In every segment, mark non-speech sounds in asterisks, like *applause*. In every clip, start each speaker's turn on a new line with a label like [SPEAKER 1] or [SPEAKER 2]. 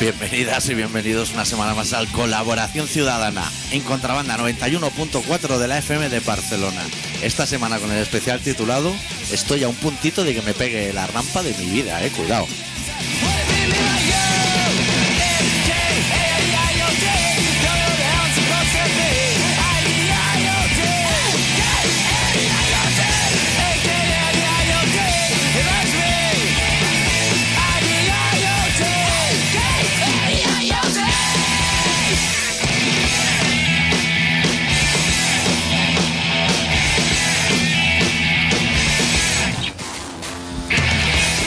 [SPEAKER 1] Bienvenidas y bienvenidos una semana más al Colaboración Ciudadana en Contrabanda 91.4 de la FM de Barcelona. Esta semana con el especial titulado Estoy a un puntito de que me pegue la rampa de mi vida, eh, cuidado.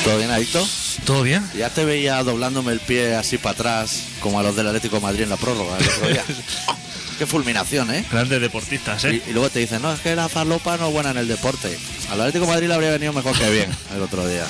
[SPEAKER 1] ¿Todo bien, Adicto?
[SPEAKER 2] ¿Todo bien?
[SPEAKER 1] Ya te veía doblándome el pie así para atrás, como a los del Atlético de Madrid en la prórroga el otro día. Qué fulminación, ¿eh?
[SPEAKER 2] Grandes deportistas,
[SPEAKER 1] Y,
[SPEAKER 2] ¿eh?
[SPEAKER 1] y luego te dicen, no, es que la falopa no es buena en el deporte. Al Atlético de Madrid le habría venido mejor que bien el otro día.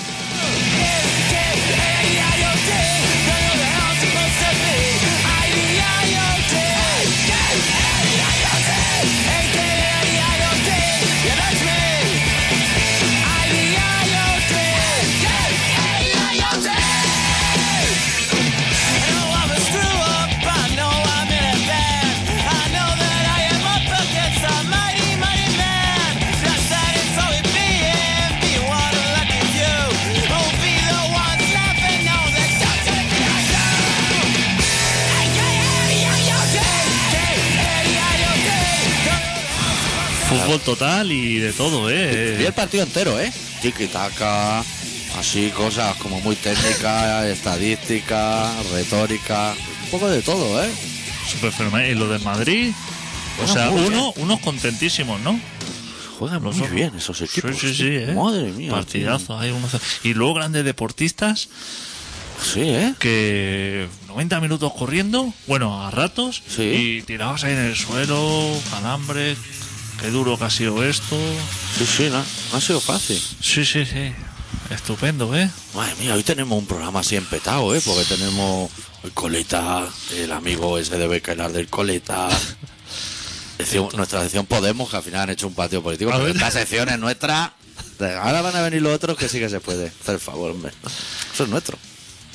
[SPEAKER 2] Fútbol total y de todo,
[SPEAKER 1] Vi
[SPEAKER 2] ¿eh?
[SPEAKER 1] el partido entero, ¿eh? Tiki-taka, así cosas como muy técnicas, *laughs* estadística, retórica, un poco de todo, ¿eh?
[SPEAKER 2] Super fenomenal. Y lo del Madrid. O
[SPEAKER 1] Juegan
[SPEAKER 2] sea,
[SPEAKER 1] muy
[SPEAKER 2] uno, unos contentísimos, ¿no?
[SPEAKER 1] Juegan
[SPEAKER 2] Los
[SPEAKER 1] muy
[SPEAKER 2] ojos.
[SPEAKER 1] bien esos equipos.
[SPEAKER 2] sí,
[SPEAKER 1] tío.
[SPEAKER 2] sí, sí, ¿eh?
[SPEAKER 1] Madre mía.
[SPEAKER 2] Partidazo. hay unos- Y luego grandes deportistas
[SPEAKER 1] tío. Sí, ¿eh?
[SPEAKER 2] que 90 minutos corriendo, bueno, a ratos,
[SPEAKER 1] Sí.
[SPEAKER 2] y tirados ahí en el suelo, calambre. Qué duro que ha sido esto.
[SPEAKER 1] Sí, sí, no, no ha sido fácil.
[SPEAKER 2] Sí, sí, sí. Estupendo, ¿eh?
[SPEAKER 1] Madre mía, hoy tenemos un programa así empetado, ¿eh? Porque tenemos el coleta, el amigo ese de Becalar del
[SPEAKER 2] *laughs*
[SPEAKER 1] coleta. Sección- nuestra sección Podemos, que al final han hecho un patio político.
[SPEAKER 2] A
[SPEAKER 1] Pero
[SPEAKER 2] ver.
[SPEAKER 1] esta sección es nuestra. Ahora van a venir los otros que sí que se puede. Hacer favor, hombre. Eso es nuestro.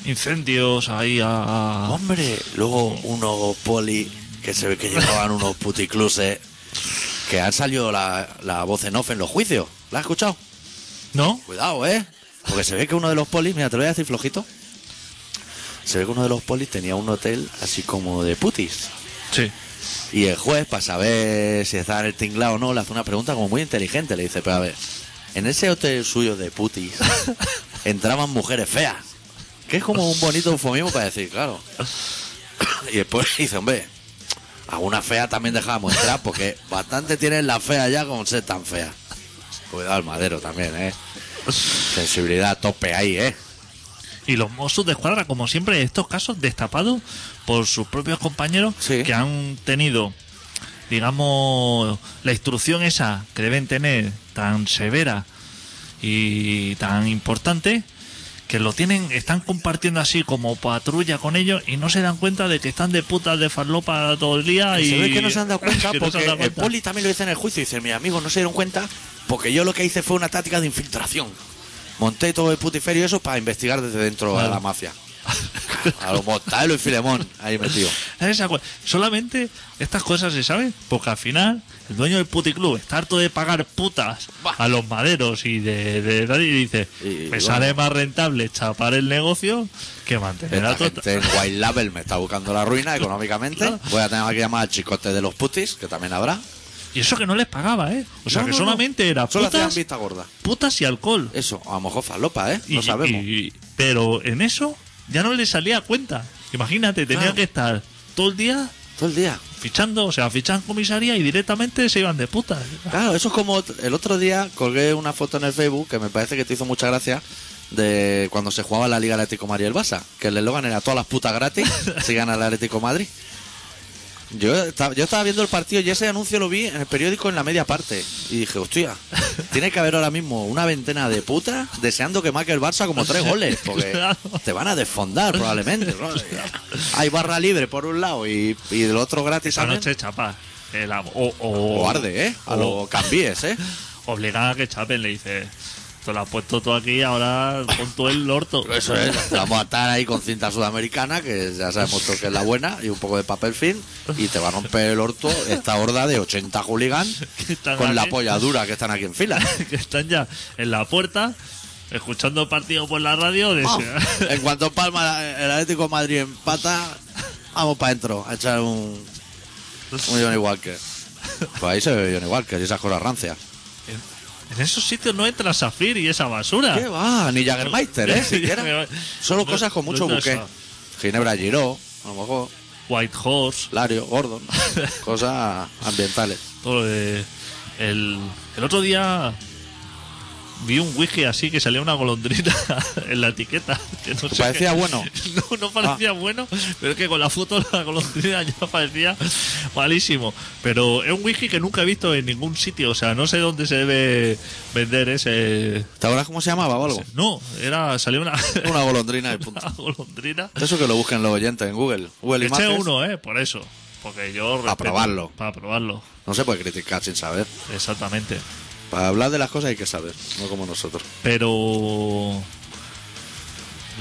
[SPEAKER 2] Incendios ahí a.
[SPEAKER 1] Hombre, luego unos poli que se ve que llevaban unos puticluses que han salido la, la voz en off en los juicios. ¿La has escuchado?
[SPEAKER 2] ¿No?
[SPEAKER 1] Cuidado, ¿eh? Porque se ve que uno de los polis, mira, te lo voy a decir flojito. Se ve que uno de los polis tenía un hotel así como de putis.
[SPEAKER 2] Sí.
[SPEAKER 1] Y el juez, para saber si está en el tinglado o no, le hace una pregunta como muy inteligente. Le dice, pero a ver, en ese hotel suyo de putis entraban mujeres feas. Que es como un bonito eufemismo para decir, claro. Y después dice, hombre, alguna fea también dejamos entrar porque bastante tienen la fea ya con ser tan fea. Cuidado al madero también, ¿eh? Sensibilidad a tope ahí, ¿eh?
[SPEAKER 2] Y los Mossos de Escuadra, como siempre, estos casos destapados por sus propios compañeros
[SPEAKER 1] Sí.
[SPEAKER 2] que han tenido, digamos, la instrucción esa que deben tener tan severa y tan importante, que lo tienen, están compartiendo así como patrulla con ellos y no se dan cuenta de que están de putas de farlopa todo el día. Y
[SPEAKER 1] se ve que no se
[SPEAKER 2] *laughs*
[SPEAKER 1] han dado cuenta
[SPEAKER 2] que no se
[SPEAKER 1] porque
[SPEAKER 2] han dado
[SPEAKER 1] el
[SPEAKER 2] cuenta.
[SPEAKER 1] poli también lo dice en el juicio. Dice, mi amigo, no se dieron cuenta porque yo lo que hice fue una táctica de infiltración. Monté todo el putiferio y eso para investigar desde dentro a
[SPEAKER 2] Claro.
[SPEAKER 1] la mafia. A lo Mortadelo y Filemón, ahí
[SPEAKER 2] *laughs*
[SPEAKER 1] metido.
[SPEAKER 2] Esa cua- Solamente estas cosas se saben porque al final el dueño del puticlub está harto de pagar putas
[SPEAKER 1] Bah.
[SPEAKER 2] a los maderos y de, de nadie y dice,
[SPEAKER 1] Y-
[SPEAKER 2] me
[SPEAKER 1] y
[SPEAKER 2] sale
[SPEAKER 1] bueno.
[SPEAKER 2] más rentable chapar el negocio que mantener
[SPEAKER 1] Esta
[SPEAKER 2] a tota.
[SPEAKER 1] gente en White Label me está buscando la ruina económicamente.
[SPEAKER 2] Claro.
[SPEAKER 1] Voy a tener que llamar al chicote de los putis, que también habrá.
[SPEAKER 2] Y eso que no les pagaba, ¿eh? O sea
[SPEAKER 1] No,
[SPEAKER 2] que
[SPEAKER 1] no, no.
[SPEAKER 2] solamente era
[SPEAKER 1] Solo
[SPEAKER 2] putas,
[SPEAKER 1] hacían vista gorda.
[SPEAKER 2] putas y alcohol.
[SPEAKER 1] Eso, a lo mejor falopa, ¿eh?
[SPEAKER 2] Y-
[SPEAKER 1] No sabemos.
[SPEAKER 2] y- pero en eso ya no le salía a cuenta. Imagínate, tenía
[SPEAKER 1] Claro.
[SPEAKER 2] que estar todo el día
[SPEAKER 1] Todo el día.
[SPEAKER 2] fichando, o sea, fichan comisaría y directamente se iban de putas.
[SPEAKER 1] Claro, eso es como ot- el otro día colgué una foto en el Facebook que me parece que te hizo mucha gracia de cuando se jugaba la Liga Atlético Madrid el Barça, que el eslogan era todas las putas
[SPEAKER 2] *laughs*
[SPEAKER 1] gratis si gana el Atlético Madrid. Yo estaba, yo estaba viendo el partido y ese anuncio lo vi en el periódico en la media parte y dije,
[SPEAKER 2] *laughs*
[SPEAKER 1] hostia, tiene que haber ahora mismo una veintena de putas deseando que marque el Barça como
[SPEAKER 2] *laughs*
[SPEAKER 1] tres goles, porque
[SPEAKER 2] Claro.
[SPEAKER 1] te van a desfondar probablemente. ¿no? Hay barra libre por un lado y, y del otro gratis
[SPEAKER 2] Esa
[SPEAKER 1] también.
[SPEAKER 2] noche chapa. El am- o, o-
[SPEAKER 1] O arde, ¿eh? A
[SPEAKER 2] o-
[SPEAKER 1] lo cambies, ¿eh?
[SPEAKER 2] Obligada a que Chapen le dice, Te lo has puesto tú aquí, ahora pon tú el orto.
[SPEAKER 1] *laughs* Eso es, la vamos a atar ahí con cinta sudamericana, que ya sabemos todo que es la buena, y un poco de papel film, y te va a romper el orto esta horda de 80 hooligans
[SPEAKER 2] *laughs* Que están
[SPEAKER 1] con la
[SPEAKER 2] aquí.
[SPEAKER 1] polla dura que están aquí en
[SPEAKER 2] *laughs*
[SPEAKER 1] fila.
[SPEAKER 2] *laughs* que están ya en la puerta, escuchando partido por la radio. De...
[SPEAKER 1] Vamos. En cuanto Palma, el Atlético de Madrid empata, vamos para adentro a echar un, un Johnny Walker. Pues ahí se ve Johnny Walker y esas cosas rancias.
[SPEAKER 2] *laughs* En esos sitios no entra Safir y esa basura.
[SPEAKER 1] ¿Qué va? Ni Jagermeister,
[SPEAKER 2] *laughs*
[SPEAKER 1] ¿eh? Siquiera. Solo
[SPEAKER 2] No,
[SPEAKER 1] cosas con mucho
[SPEAKER 2] no
[SPEAKER 1] buque.
[SPEAKER 2] está.
[SPEAKER 1] Ginebra Giró, a lo mejor,
[SPEAKER 2] White Horse,
[SPEAKER 1] Lario,
[SPEAKER 2] *laughs*
[SPEAKER 1] Gordon. Cosas ambientales.
[SPEAKER 2] todo lo de- el, el otro día vi un wiki así que salía una golondrina *laughs* en la etiqueta. que no sé
[SPEAKER 1] parecía
[SPEAKER 2] qué-
[SPEAKER 1] bueno?
[SPEAKER 2] *laughs*
[SPEAKER 1] Ah.
[SPEAKER 2] No, no parecía bueno, pero es que con la foto de la golondrina *laughs* ya parecía malísimo. Pero es un wiki que nunca he visto en ningún sitio, o sea, no sé dónde se debe vender ese...
[SPEAKER 1] ¿Te acuerdas cómo se llamaba o algo?
[SPEAKER 2] No, era salió una, *laughs*
[SPEAKER 1] Una golondrina y punto.
[SPEAKER 2] una golondrina.
[SPEAKER 1] Eso que lo busquen los oyentes en Google. Google
[SPEAKER 2] Eché
[SPEAKER 1] Imágenes.
[SPEAKER 2] uno, ¿eh? Por eso. Porque yo... respeto-
[SPEAKER 1] probarlo.
[SPEAKER 2] Para probarlo,
[SPEAKER 1] No se puede criticar sin saber.
[SPEAKER 2] exactamente.
[SPEAKER 1] Para hablar de las cosas hay que saber, no como nosotros.
[SPEAKER 2] Pero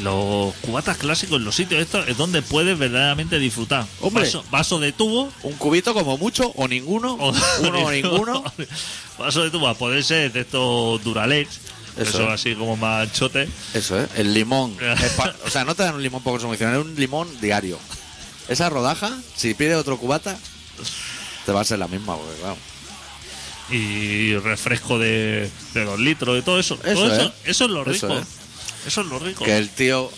[SPEAKER 2] los cubatas clásicos, los sitios estos es donde puedes verdaderamente disfrutar.
[SPEAKER 1] Hombre.
[SPEAKER 2] Vaso, vaso de tubo.
[SPEAKER 1] Un cubito como mucho o ninguno,
[SPEAKER 2] o- *laughs*
[SPEAKER 1] uno o ninguno.
[SPEAKER 2] Vaso de tubo, a poder ser de estos Duralex.
[SPEAKER 1] Eso
[SPEAKER 2] Eso,
[SPEAKER 1] es.
[SPEAKER 2] así como machote.
[SPEAKER 1] Eso es, el limón. Es pa- o sea, no te dan un limón por consumición, es un limón diario. Esa rodaja, si pides otro cubata, te va a ser la misma, porque claro.
[SPEAKER 2] Y refresco de, de dos litros, de todo eso. Todo
[SPEAKER 1] Eso
[SPEAKER 2] Eso,
[SPEAKER 1] es.
[SPEAKER 2] eso es lo
[SPEAKER 1] Eso
[SPEAKER 2] rico. Eso
[SPEAKER 1] es.
[SPEAKER 2] es, lo rico.
[SPEAKER 1] Que el tío,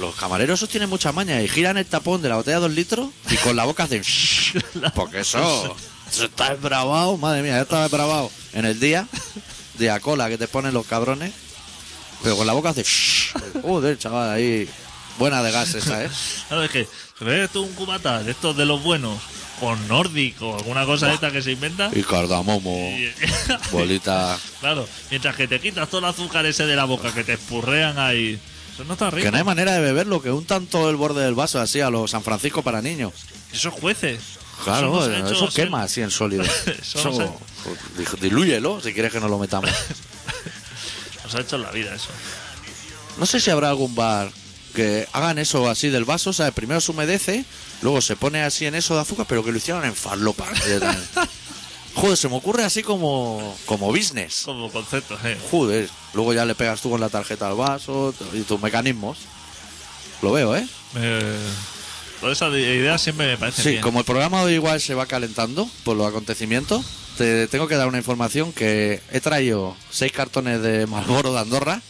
[SPEAKER 1] los camareros esos tienen mucha maña y giran el tapón de la botella de dos litros y con la boca hacen. Porque eso, eso está desbravado, madre mía, ya está desbravado. En el día, de a cola que te ponen los cabrones, pero con la boca hace. Joder, chaval, ahí. Buena de gas esa, ¿eh?
[SPEAKER 2] Claro, es que si ves tú un cubata de estos de los buenos, con Nordic o alguna cosa de esta que se inventa.
[SPEAKER 1] Y cardamomo,
[SPEAKER 2] y-
[SPEAKER 1] bolita.
[SPEAKER 2] Claro, mientras que te quitas todo el azúcar ese de la boca que te espurrean ahí. Eso no está rico.
[SPEAKER 1] Que no hay manera de beberlo, que un tanto el borde del vaso así a los San Francisco para niños.
[SPEAKER 2] Esos jueces.
[SPEAKER 1] Claro,
[SPEAKER 2] nos ha
[SPEAKER 1] eso,
[SPEAKER 2] hecho ser-
[SPEAKER 1] quema así en sólido.
[SPEAKER 2] Eso
[SPEAKER 1] *laughs* Eso-
[SPEAKER 2] nos ha-
[SPEAKER 1] pues, dilúyelo si quieres que no lo metamos.
[SPEAKER 2] Nos ha hecho la vida eso.
[SPEAKER 1] No sé si habrá algún bar que hagan eso así del vaso, ¿sabes? Primero se humedece, luego se pone así en eso de azúcar, pero que lo hicieron en farlopa. directamente. Joder, se me ocurre así como, como business.
[SPEAKER 2] Como concepto, eh.
[SPEAKER 1] Joder, luego ya le pegas tú con la tarjeta al vaso y tus mecanismos. Lo veo, ¿eh?
[SPEAKER 2] Eh, toda esa de- idea siempre me parece
[SPEAKER 1] Sí,
[SPEAKER 2] bien.
[SPEAKER 1] como el programa hoy igual se va calentando por los acontecimientos, te tengo que dar una información que he traído seis cartones de Marlboro de Andorra,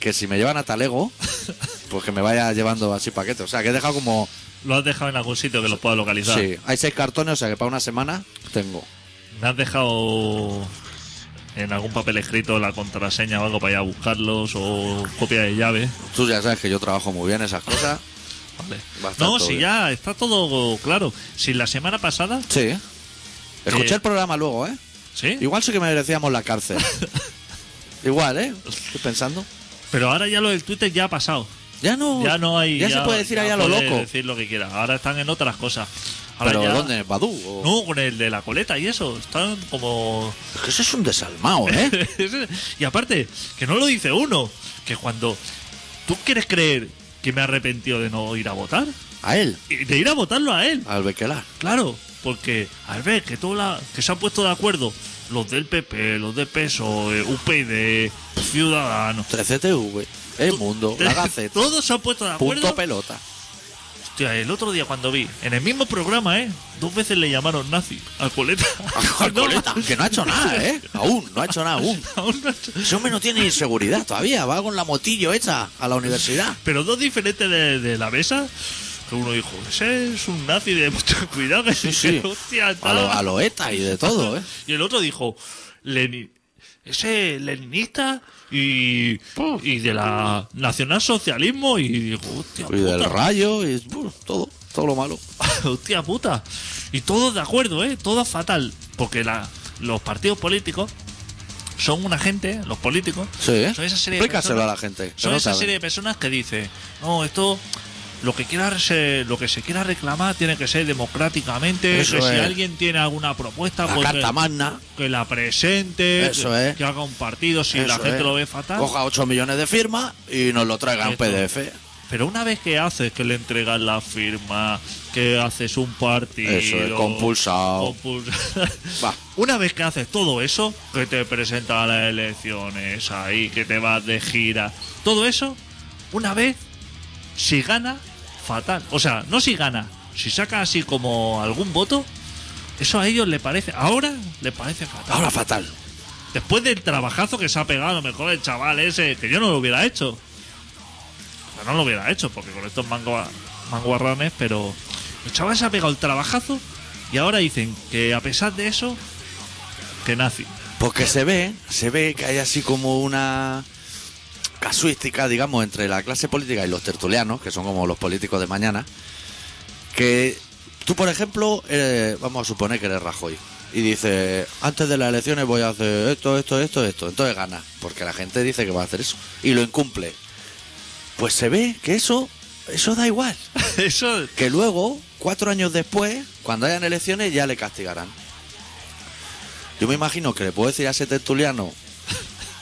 [SPEAKER 1] que si me llevan a Talego,
[SPEAKER 2] *laughs*
[SPEAKER 1] pues que me vaya llevando así paquetes. O sea, que he dejado como...
[SPEAKER 2] Lo has dejado en algún sitio que lo pueda localizar.
[SPEAKER 1] Sí, hay seis cartones, o sea que para una semana tengo.
[SPEAKER 2] Me has dejado en algún papel escrito la contraseña o algo para ir a buscarlos o copia de llave.
[SPEAKER 1] Tú ya sabes que yo trabajo muy bien esas
[SPEAKER 2] *laughs*
[SPEAKER 1] cosas.
[SPEAKER 2] Vale.
[SPEAKER 1] Va a estar
[SPEAKER 2] No,
[SPEAKER 1] todo
[SPEAKER 2] si
[SPEAKER 1] bien.
[SPEAKER 2] ya está todo claro. Si la semana pasada,
[SPEAKER 1] Sí. Escuché
[SPEAKER 2] Eh.
[SPEAKER 1] el programa luego, ¿eh?
[SPEAKER 2] sí.
[SPEAKER 1] Igual sí que merecíamos la
[SPEAKER 2] *laughs*
[SPEAKER 1] cárcel. igual, ¿eh? Estoy pensando.
[SPEAKER 2] Pero ahora ya lo del Twitter ya ha pasado.
[SPEAKER 1] Ya no...
[SPEAKER 2] Ya no hay.
[SPEAKER 1] Ya, se puede decir ahí a lo
[SPEAKER 2] puede
[SPEAKER 1] loco.
[SPEAKER 2] decir lo que quiera. Ahora están en otras cosas. Ahora
[SPEAKER 1] Pero
[SPEAKER 2] ya-
[SPEAKER 1] ¿dónde? ¿En Badú? o-
[SPEAKER 2] No, con el de la coleta y eso. Están como.
[SPEAKER 1] Es que eso es un desalmado, ¿eh?
[SPEAKER 2] *laughs* y aparte, que no lo dice uno. Que cuando. ¿Tú quieres creer que me he arrepentido de no ir a votar?
[SPEAKER 1] A él,
[SPEAKER 2] Y De ir a votarlo a él.
[SPEAKER 1] al Bequelar.
[SPEAKER 2] Claro, porque al ver que, toda la- que se han puesto de acuerdo los del PP, los de PSOE, UPyD, Ciudadanos.
[SPEAKER 1] 3CTV, El Mundo, La Gaceta,
[SPEAKER 2] *laughs* Todos se han puesto de acuerdo.
[SPEAKER 1] Punto Pelota.
[SPEAKER 2] Hostia, el otro día cuando vi, en el mismo programa, ¿eh? Dos veces le llamaron nazi al
[SPEAKER 1] *laughs*
[SPEAKER 2] coleta.
[SPEAKER 1] Al
[SPEAKER 2] *laughs*
[SPEAKER 1] Coleta, que no ha hecho nada, ¿eh? Aún, no ha hecho nada aún.
[SPEAKER 2] Aún no ha hecho-
[SPEAKER 1] Ese hombre no tiene seguridad todavía, va con la motillo hecha a la universidad.
[SPEAKER 2] Pero dos diferentes de, de la mesa. Que uno dijo, ese es un nazi de mucho *laughs* cuidado. que
[SPEAKER 1] Sí, sí.
[SPEAKER 2] Hostia,
[SPEAKER 1] A lo,
[SPEAKER 2] tal.
[SPEAKER 1] a lo ETA y de todo, ¿eh?
[SPEAKER 2] Y el otro dijo, Lenin, ese leninista y, y de la nacionalsocialismo. Y dijo, hostia,
[SPEAKER 1] Y del
[SPEAKER 2] puta.
[SPEAKER 1] rayo y buf, todo, todo lo malo.
[SPEAKER 2] *laughs* Hostia puta. Y todos de acuerdo, ¿eh? Todo fatal. Porque la, los partidos políticos son una gente, los políticos,
[SPEAKER 1] Sí, ¿eh?
[SPEAKER 2] son esa serie
[SPEAKER 1] Explícaselo
[SPEAKER 2] de
[SPEAKER 1] a
[SPEAKER 2] personas,
[SPEAKER 1] la gente. que
[SPEAKER 2] Son
[SPEAKER 1] no
[SPEAKER 2] esa
[SPEAKER 1] saben.
[SPEAKER 2] serie de personas que dice, no, esto lo que quiera se, lo que se quiera reclamar tiene que ser democráticamente,
[SPEAKER 1] Eso
[SPEAKER 2] que si
[SPEAKER 1] es.
[SPEAKER 2] alguien tiene alguna propuesta,
[SPEAKER 1] La
[SPEAKER 2] pues que-
[SPEAKER 1] carta magna.
[SPEAKER 2] que la presente,
[SPEAKER 1] Eso
[SPEAKER 2] que,
[SPEAKER 1] es.
[SPEAKER 2] que haga un partido si la
[SPEAKER 1] Eso
[SPEAKER 2] gente
[SPEAKER 1] es.
[SPEAKER 2] lo ve fatal.
[SPEAKER 1] Coja 8 millones de firmas y nos lo traiga en
[SPEAKER 2] Esto.
[SPEAKER 1] PDF.
[SPEAKER 2] Pero una vez que haces que le entregas la firma, que haces un partido.
[SPEAKER 1] Eso es, compulsado.
[SPEAKER 2] *laughs* compulsa-
[SPEAKER 1] Va.
[SPEAKER 2] una vez que haces todo eso, que te presentas a las elecciones ahí, que te vas de gira, todo eso, una vez, si gana, fatal. O sea, no si gana, si saca así como algún voto, eso a ellos le parece, ahora le parece fatal.
[SPEAKER 1] Ahora fatal.
[SPEAKER 2] Después del trabajazo que se ha pegado, a lo mejor el chaval ese, que yo no lo hubiera hecho. O sea, no lo hubiera hecho, porque con estos mangua- manguarranes, pero el chaval se ha pegado el trabajazo y ahora dicen que a pesar de eso, que nazi. *laughs*
[SPEAKER 1] Porque se ve, se ve que hay así como una casuística, digamos, entre la clase política y los tertulianos, que son como los políticos de mañana, que tú, por ejemplo, eres- vamos a suponer que eres Rajoy, y dices, antes de las elecciones voy a hacer esto, esto, esto, esto, entonces gana, porque la gente dice que va a hacer eso, y lo incumple. Pues se ve que eso, eso da igual,
[SPEAKER 2] eso,
[SPEAKER 1] que luego, cuatro años después, cuando hayan elecciones, ya le castigarán. Yo me imagino que le puedo decir a ese tertuliano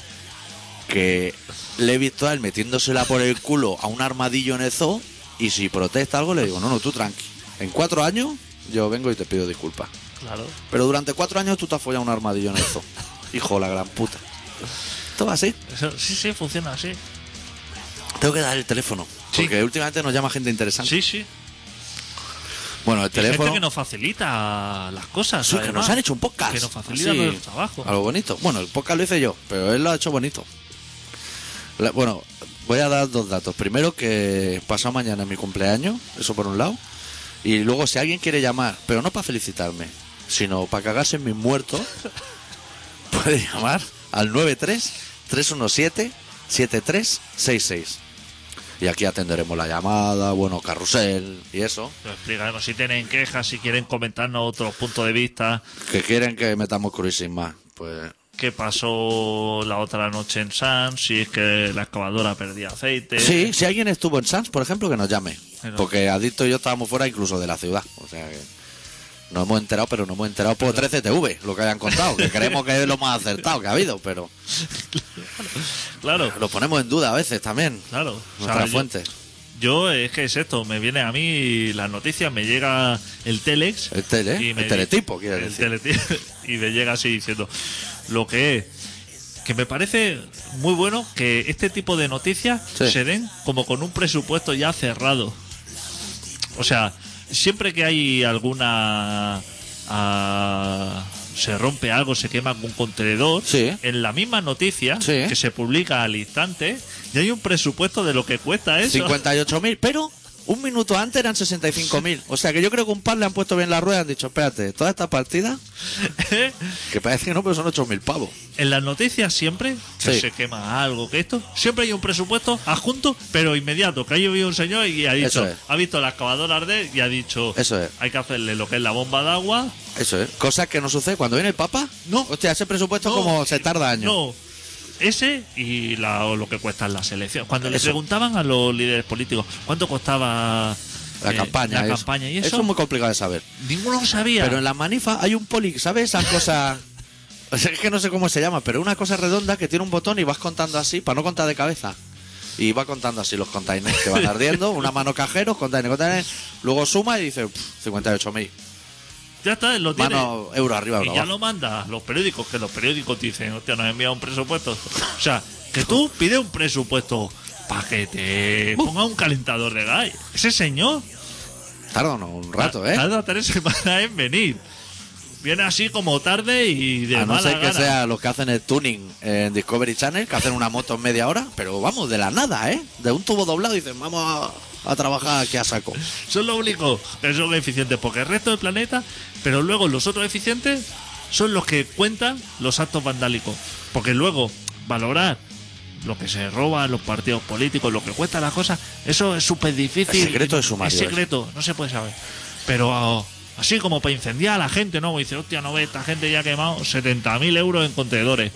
[SPEAKER 1] *laughs* que le he visto a él metiéndosela por el culo a un armadillo en el zoo y si protesta algo le digo, no, no, tú tranqui. En cuatro años yo vengo y te pido disculpas.
[SPEAKER 2] claro.
[SPEAKER 1] Pero durante cuatro aos tú te has follado un armadillo en el *laughs* zoo. Hijo de la gran puta. Esto va así.
[SPEAKER 2] Eso, sí, sí, funciona así.
[SPEAKER 1] Tengo que dar el teléfono.
[SPEAKER 2] Sí.
[SPEAKER 1] Porque últimamente nos llama gente interesante.
[SPEAKER 2] Sí, sí.
[SPEAKER 1] Bueno, el
[SPEAKER 2] Y gente
[SPEAKER 1] teléfono...
[SPEAKER 2] que nos facilita las cosas.
[SPEAKER 1] Sí, que
[SPEAKER 2] además.
[SPEAKER 1] nos han hecho un podcast.
[SPEAKER 2] Que nos facilita
[SPEAKER 1] Así,
[SPEAKER 2] el trabajo.
[SPEAKER 1] A lo bonito. Bueno, el podcast lo hice yo, pero él lo ha hecho bonito. La- bueno, voy a dar dos datos. Primero, que pasado mañana es mi cumpleaños, eso por un lado. Y luego, si alguien quiere llamar, pero no para felicitarme, sino para cagarse en mis muertos, *laughs* puede llamar al 93-317-7366. Y aquí atenderemos la llamada, bueno, carrusel y eso.
[SPEAKER 2] Lo explicaremos si tienen quejas, si quieren comentarnos otros puntos de vista.
[SPEAKER 1] Que quieren que metamos cruising más. Pues
[SPEAKER 2] qué pasó la otra noche en San, si es que la excavadora perdía aceite.
[SPEAKER 1] Sí, si alguien estuvo en Sans, por ejemplo, que nos llame.
[SPEAKER 2] Pero-
[SPEAKER 1] Porque Adicto y yo estábamos fuera incluso de la ciudad. O sea que no hemos enterado, pero no hemos enterado por 13TV, lo que hayan contado.
[SPEAKER 2] *laughs*
[SPEAKER 1] Que creemos que es lo más acertado que ha habido, pero
[SPEAKER 2] Claro,
[SPEAKER 1] lo ponemos en duda a veces también.
[SPEAKER 2] claro. O sea,
[SPEAKER 1] Nuestra
[SPEAKER 2] yo-
[SPEAKER 1] fuente.
[SPEAKER 2] Yo, es que es esto, me viene a mí las noticias, me llega el telex.
[SPEAKER 1] El tele,
[SPEAKER 2] y me
[SPEAKER 1] el
[SPEAKER 2] di-
[SPEAKER 1] teletipo,
[SPEAKER 2] *laughs*
[SPEAKER 1] quiero
[SPEAKER 2] el
[SPEAKER 1] decir.
[SPEAKER 2] teletipo, y me llega así diciendo lo que es. Que me parece muy bueno que este tipo de noticias
[SPEAKER 1] Sí.
[SPEAKER 2] se den como con un presupuesto ya cerrado. O sea, siempre que hay alguna... ah, se rompe algo, se quema algún contenedor.
[SPEAKER 1] Sí.
[SPEAKER 2] En la misma noticia
[SPEAKER 1] Sí.
[SPEAKER 2] que se publica al instante, ya hay un presupuesto de lo que cuesta eso.
[SPEAKER 1] 58.000, pero un minuto antes eran 65.000. O sea que yo creo que un par le han puesto bien la rueda y han dicho, espérate, toda esta partida, que parece que no, pero son 8.000 pavos.
[SPEAKER 2] En las noticias siempre que
[SPEAKER 1] Sí.
[SPEAKER 2] se quema algo, que esto, siempre hay un presupuesto adjunto, pero inmediato, que ha habido un señor y ha
[SPEAKER 1] Eso
[SPEAKER 2] dicho,
[SPEAKER 1] es.
[SPEAKER 2] ha visto la excavadora arder y ha dicho,
[SPEAKER 1] Eso es.
[SPEAKER 2] hay que hacerle lo que es la bomba de agua.
[SPEAKER 1] Eso es. Cosa que no sucede cuando viene el Papa.
[SPEAKER 2] No.
[SPEAKER 1] Hostia, ese presupuesto
[SPEAKER 2] No,
[SPEAKER 1] como se tarda años.
[SPEAKER 2] No, ese y la- o lo que cuestan las elecciones. Cuando le
[SPEAKER 1] Eso.
[SPEAKER 2] preguntaban a los líderes políticos cuánto costaba
[SPEAKER 1] La
[SPEAKER 2] eh,
[SPEAKER 1] campaña.
[SPEAKER 2] la
[SPEAKER 1] eso.
[SPEAKER 2] campaña y
[SPEAKER 1] Eso
[SPEAKER 2] eso,
[SPEAKER 1] es muy complicado de saber.
[SPEAKER 2] ninguno lo sabía.
[SPEAKER 1] Pero en la manifa hay un poli, ¿sabes? Esas cosas. *laughs* O sea, es que no sé cómo se llama, pero una cosa redonda que tiene un botón y vas contando así, para no contar de cabeza. Y va contando así los containers que
[SPEAKER 2] *laughs*
[SPEAKER 1] van ardiendo, una mano cajeros, containers, containers. Luego suma y dice "Pff, 58.000.
[SPEAKER 2] ya está, lo tiene.
[SPEAKER 1] Mano, euro arriba, euro
[SPEAKER 2] Y ya
[SPEAKER 1] abajo.
[SPEAKER 2] lo manda a los periódicos, que los periódicos te dicen, hostia, nos envía un presupuesto. O sea, que tú pides un presupuesto para que te ponga un calentador de gas. Ese señor
[SPEAKER 1] Tarda uno un rato,
[SPEAKER 2] ta-
[SPEAKER 1] ¿eh?
[SPEAKER 2] tarda tres semanas en venir. Viene así como tarde y de
[SPEAKER 1] A no
[SPEAKER 2] mala
[SPEAKER 1] ser que
[SPEAKER 2] gana.
[SPEAKER 1] sea los que hacen el tuning en Discovery Channel, que hacen una moto en media hora, pero vamos, de la nada, ¿eh? De un tubo doblado dicen, vamos a, a trabajar aquí a saco.
[SPEAKER 2] Son los únicos que son eficientes, porque el resto del planeta, pero luego los otros eficientes son los que cuentan los actos vandálicos. Porque luego valorar lo que se roba, los partidos políticos, lo que cuesta las cosas, eso es súper difícil.
[SPEAKER 1] El secreto de sumario,
[SPEAKER 2] Es secreto, no se puede saber. Pero ah, así como para incendiar a la gente, ¿no? Dice, hostia, no ve, esta gente ya ha quemado 70.000 euros en contenedores.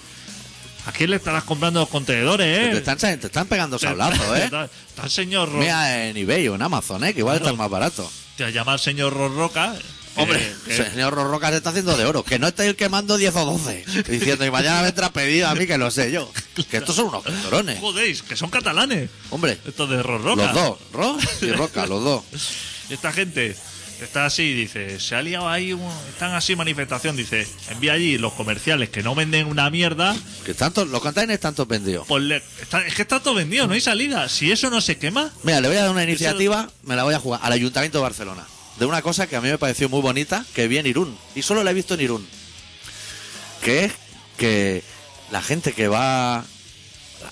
[SPEAKER 2] Aquí le estarás comprando los contenedores, ¿eh?
[SPEAKER 1] Te están, te están pegando
[SPEAKER 2] *laughs* Te-
[SPEAKER 1] sablazos, ¿eh?
[SPEAKER 2] Está, está el señor Ro-
[SPEAKER 1] Mira en eBay o en Amazon, ¿eh? Que igual
[SPEAKER 2] Claro.
[SPEAKER 1] están más baratos.
[SPEAKER 2] Te llama el señor Rorroca.
[SPEAKER 1] Hombre,
[SPEAKER 2] que-
[SPEAKER 1] el señor Rorroca se está haciendo de oro. Que no estáis quemando 10 o 12. Diciendo, y mañana vendrá pedido a mí, que lo sé yo. Que estos son unos
[SPEAKER 2] que-
[SPEAKER 1] cabrones.
[SPEAKER 2] jodéis, que son catalanes.
[SPEAKER 1] Hombre,
[SPEAKER 2] Estos de Rorroca.
[SPEAKER 1] los dos. Ro y Roca, los dos.
[SPEAKER 2] Esta gente está así, dice, se ha liado ahí, un- están así manifestación, dice, envía allí los comerciales que no venden una mierda,
[SPEAKER 1] Que tanto, los containers tanto vendidos.
[SPEAKER 2] pues le- está- es que está todo vendido, no hay salida. Si eso no se quema,
[SPEAKER 1] Mira, le voy a dar una iniciativa, me la voy a jugar al Ayuntamiento de Barcelona. De una cosa que a mí me pareció muy bonita, que vi en Irún. Y solo la he visto en Irún. Que es que la gente que va.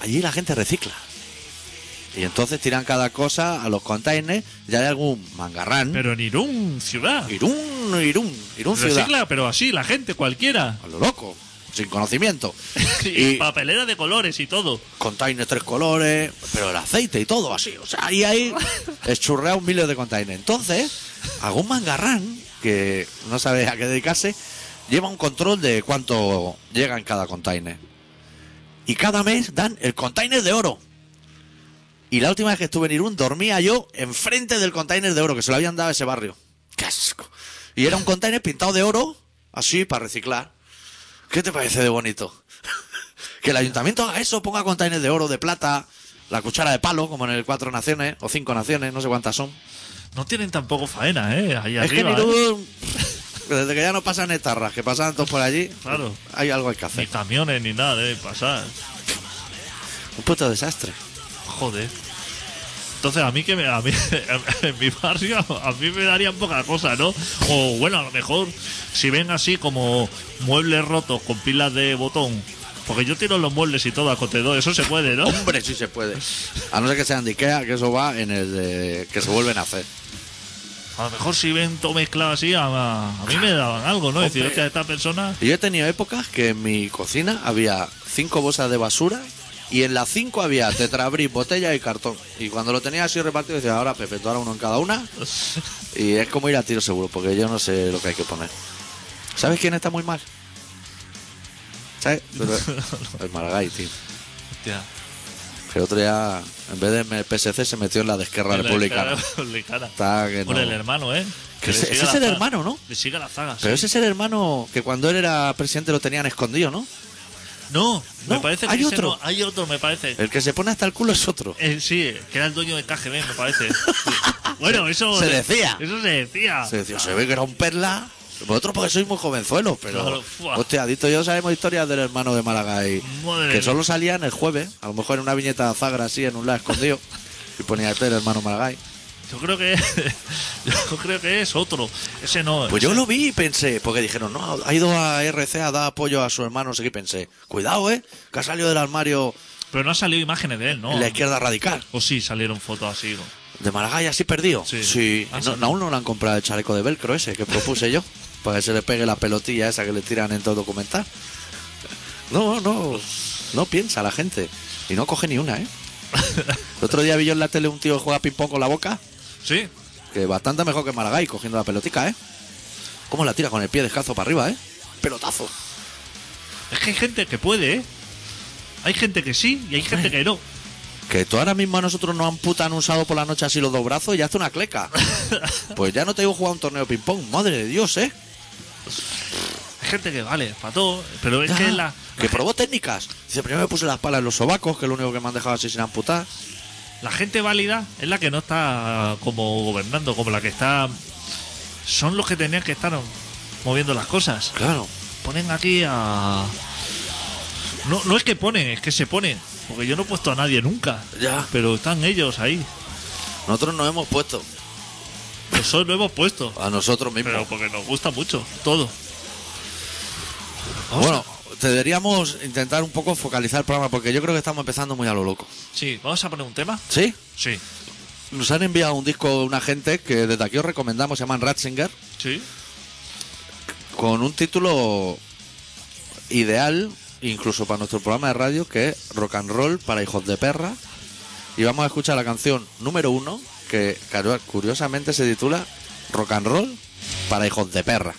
[SPEAKER 1] Allí la gente recicla. Y entonces tiran cada cosa a los containers. Ya hay algún mangarrán.
[SPEAKER 2] pero en Irún, ciudad.
[SPEAKER 1] Irún, Irún, Irún ciudad.
[SPEAKER 2] Recicla, pero así, la
[SPEAKER 1] *laughs*
[SPEAKER 2] gente, cualquiera.
[SPEAKER 1] A lo loco, sin conocimiento.
[SPEAKER 2] Y
[SPEAKER 1] y
[SPEAKER 2] papelera de colores y todo.
[SPEAKER 1] containers tres colores, pero el aceite y todo así. O sea, ahí hay churrea un millón de containers. Entonces, algún mangarrán que no sabe a qué dedicarse lleva un control de cuánto llega en cada container. Y cada mes dan el container de oro. Y la última vez que estuve en Irún dormía yo enfrente del container de oro que se lo habían dado a ese barrio. ¡Qué asco! Y era un container pintado de oro, así, para reciclar. ¿Qué te parece de bonito? Que el ayuntamiento haga eso, ponga containers de oro, de plata, la cuchara de palo, como en el Cuatro Naciones, o Cinco Naciones, no sé cuántas son.
[SPEAKER 2] No tienen tampoco faena, ¿eh? Ahí
[SPEAKER 1] es
[SPEAKER 2] arriba.
[SPEAKER 1] que
[SPEAKER 2] ¿eh?
[SPEAKER 1] ni tú- *laughs* Desde que ya no pasan estarras, que pasaban todos por allí,
[SPEAKER 2] Claro.
[SPEAKER 1] hay algo hay que
[SPEAKER 2] Ni
[SPEAKER 1] hacer.
[SPEAKER 2] camiones ni nada de pasar.
[SPEAKER 1] Un puto desastre.
[SPEAKER 2] Joder. Entonces a mí que me, a mí, *laughs* en mi barrio a mí me darían poca cosa, ¿no? O bueno, a lo mejor si ven así como muebles rotos con pilas de botón, porque yo tiro los muebles y todo a cotedor, eso se puede, ¿no?
[SPEAKER 1] Hombre, sí se puede. A no ser que sean de Ikea, que eso va en el de- que se vuelven a hacer.
[SPEAKER 2] A lo mejor si ven todo mezclado así, a, a mí me daban algo, ¿no? Es decir,
[SPEAKER 1] Hombre.
[SPEAKER 2] hostia, esta persona
[SPEAKER 1] Y yo he tenido épocas que en mi cocina había cinco bolsas de basura y en las cinco había tetrabris, botella y cartón. Y cuando lo tenía así repartido decía, ahora Pepe, tú ahora uno en cada una.
[SPEAKER 2] *laughs*
[SPEAKER 1] Y es como ir a tiro seguro, porque yo no sé lo que hay que poner. ¿Sabes quién está muy mal? ¿Sabes? Pero- *laughs* el Maragall, tío.
[SPEAKER 2] hostia,
[SPEAKER 1] Que el otro día, en vez de en el PSC, se metió en la de Esquerra
[SPEAKER 2] la *laughs*
[SPEAKER 1] Republicana.
[SPEAKER 2] republicana.
[SPEAKER 1] Está que
[SPEAKER 2] Por
[SPEAKER 1] no.
[SPEAKER 2] el hermano, ¿eh?
[SPEAKER 1] Que
[SPEAKER 2] le
[SPEAKER 1] ese-
[SPEAKER 2] sigue
[SPEAKER 1] ese
[SPEAKER 2] la
[SPEAKER 1] es el
[SPEAKER 2] zaga.
[SPEAKER 1] hermano, ¿no?
[SPEAKER 2] Le sigue la zaga,
[SPEAKER 1] Pero ese
[SPEAKER 2] sí.
[SPEAKER 1] es el hermano que cuando él era presidente lo tenían escondido, ¿no?
[SPEAKER 2] No, me
[SPEAKER 1] No,
[SPEAKER 2] parece que
[SPEAKER 1] hay
[SPEAKER 2] ese
[SPEAKER 1] otro.
[SPEAKER 2] no- hay otro, me parece.
[SPEAKER 1] El que se pone hasta el culo es otro.
[SPEAKER 2] Eh, sí, que era el dueño de KGB, me
[SPEAKER 1] *laughs*
[SPEAKER 2] parece. bueno, eso.
[SPEAKER 1] se decía.
[SPEAKER 2] Eso se decía.
[SPEAKER 1] Ah, Se decía, se ve que era un perla. Vosotros porque sois muy jovenzuelos, pero...
[SPEAKER 2] Claro, fua.
[SPEAKER 1] hostia, Dito y yo sabemos historias del hermano de Maragall.
[SPEAKER 2] Madre
[SPEAKER 1] que solo salían el jueves. A lo mejor en una viñeta de Zagra así, en un lado escondido. y ponía este el hermano Maragall.
[SPEAKER 2] Yo creo que. *laughs* yo creo que es otro. Ese no.
[SPEAKER 1] Pues yo lo vi y pensé, porque dijeron, no, ha ido a RC a dar apoyo a su hermano, no sé qué, y pensé, cuidado, eh, que ha salido del armario
[SPEAKER 2] Pero no han salido imágenes de él, ¿no?
[SPEAKER 1] en la izquierda radical,
[SPEAKER 2] O sí, salieron fotos así. ¿no?
[SPEAKER 1] de Maragall así perdido.
[SPEAKER 2] Sí. Ah,
[SPEAKER 1] no-
[SPEAKER 2] sí.
[SPEAKER 1] aún no le han comprado el chaleco de velcro ese que propuse yo, *laughs* para que se le pegue la pelotilla esa que le tiran en todo documental. No, no, no piensa la gente, y no coge ni una,
[SPEAKER 2] *laughs*
[SPEAKER 1] eh. El otro día vi yo en la tele un tío que juega ping-pong con la boca,
[SPEAKER 2] Sí.
[SPEAKER 1] que bastante mejor que Maragall cogiendo la pelotica, eh. ¿Cómo la tira con el pie descalzo para arriba, eh? Pelotazo.
[SPEAKER 2] Es que hay gente que puede, ¿eh? Hay gente que sí y hay gente que no.
[SPEAKER 1] Que tú ahora mismo a nosotros nos amputan un sábado por la noche así los dos brazos y ya hace una
[SPEAKER 2] *laughs*
[SPEAKER 1] cleca. Pues ya no te digo jugar un torneo de ping-pong, madre de Dios, ¿eh?
[SPEAKER 2] Hay gente que vale, para todo. Pero es que
[SPEAKER 1] Ya,
[SPEAKER 2] la,
[SPEAKER 1] que probó técnicas. Dice, primero me puse las palas en los sobacos, que es lo único que me han dejado así sin amputar.
[SPEAKER 2] La gente válida es la que no está como gobernando, como la que está. Son los que tenían que estar moviendo las cosas.
[SPEAKER 1] Claro.
[SPEAKER 2] Ponen aquí a. No, no es que ponen, es que se ponen. Porque yo no he puesto a nadie nunca.
[SPEAKER 1] Ya.
[SPEAKER 2] Pero están ellos ahí.
[SPEAKER 1] Nosotros nos hemos puesto
[SPEAKER 2] Nosotros lo hemos puesto.
[SPEAKER 1] a nosotros mismos.
[SPEAKER 2] Pero porque nos gusta mucho todo. Vamos
[SPEAKER 1] bueno,
[SPEAKER 2] a-
[SPEAKER 1] te deberíamos intentar un poco focalizar el programa porque yo creo que estamos empezando muy a lo loco.
[SPEAKER 2] Sí, vamos a poner un tema.
[SPEAKER 1] ¿Sí?
[SPEAKER 2] Sí.
[SPEAKER 1] Nos han enviado un disco una gente que desde aquí os recomendamos, se llaman Ratzinger.
[SPEAKER 2] Sí.
[SPEAKER 1] con un título ideal, incluso para nuestro programa de radio, que es Rock and Roll para hijos de perra. Y vamos a escuchar la canción número uno, que caro- curiosamente se titula Rock and Roll para hijos de perra.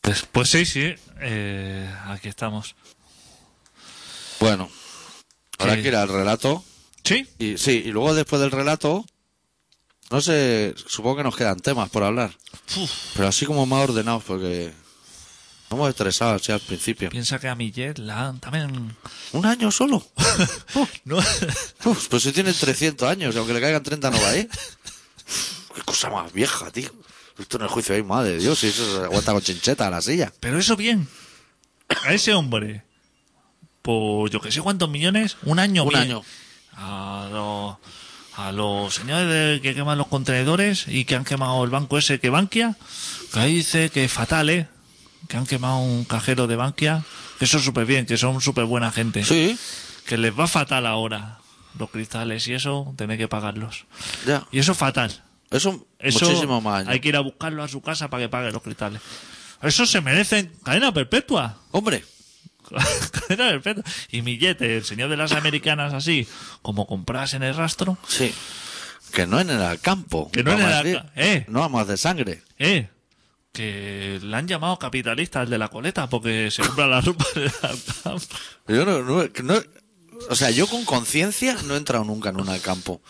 [SPEAKER 2] Pues, pues sí, sí. eh, aquí estamos.
[SPEAKER 1] Bueno, ahora
[SPEAKER 2] Sí.
[SPEAKER 1] que ir al relato.
[SPEAKER 2] ¿Sí?
[SPEAKER 1] Y, sí, y luego después del relato, no sé, supongo que nos quedan temas por hablar.
[SPEAKER 2] Uf,
[SPEAKER 1] Pero así como más ordenados, porque nos hemos estresado así al principio.
[SPEAKER 2] piensa que a Millet la han también.
[SPEAKER 1] ¿Un año solo?
[SPEAKER 2] *laughs* No,
[SPEAKER 1] Uf, pues si tiene 300 años, y aunque le caigan 30 no va a ir. Qué cosa más vieja, tío. Esto en el juicio, ay, madre de Dios, si eso se aguanta con chincheta a la silla.
[SPEAKER 2] Pero eso bien. A ese hombre. Por yo que sé cuántos millones. Un año.
[SPEAKER 1] Un
[SPEAKER 2] bien.
[SPEAKER 1] año.
[SPEAKER 2] A los, a los señores de- que queman los contenedores y que han quemado el banco ese que Bankia. Que ahí dice que es fatal, ¿eh? Que han quemado un cajero de Bankia. Que eso es súper bien, que son súper buena gente.
[SPEAKER 1] Sí,
[SPEAKER 2] Que les va fatal ahora. Los cristales y eso, tener que pagarlos.
[SPEAKER 1] ya.
[SPEAKER 2] Y eso es fatal.
[SPEAKER 1] Eso,
[SPEAKER 2] Eso
[SPEAKER 1] muchísimo más años.
[SPEAKER 2] hay que ir a buscarlo a su casa para que pague los cristales. Eso se merece cadena perpetua. *laughs*
[SPEAKER 1] Hombre,
[SPEAKER 2] cadena perpetua. Y Millete, el señor de las americanas, así, como compras en el rastro.
[SPEAKER 1] sí. Que no en el campo.
[SPEAKER 2] Que no en
[SPEAKER 1] vamos a
[SPEAKER 2] el
[SPEAKER 1] decir.
[SPEAKER 2] Alca- ¿eh?
[SPEAKER 1] No amas de sangre.
[SPEAKER 2] Eh, que le han llamado capitalista al de la coleta porque se compra la ropa en el Alcampo.
[SPEAKER 1] Yo no, no- que no- o sea, yo con conciencia no he entrado nunca en un Alcampo.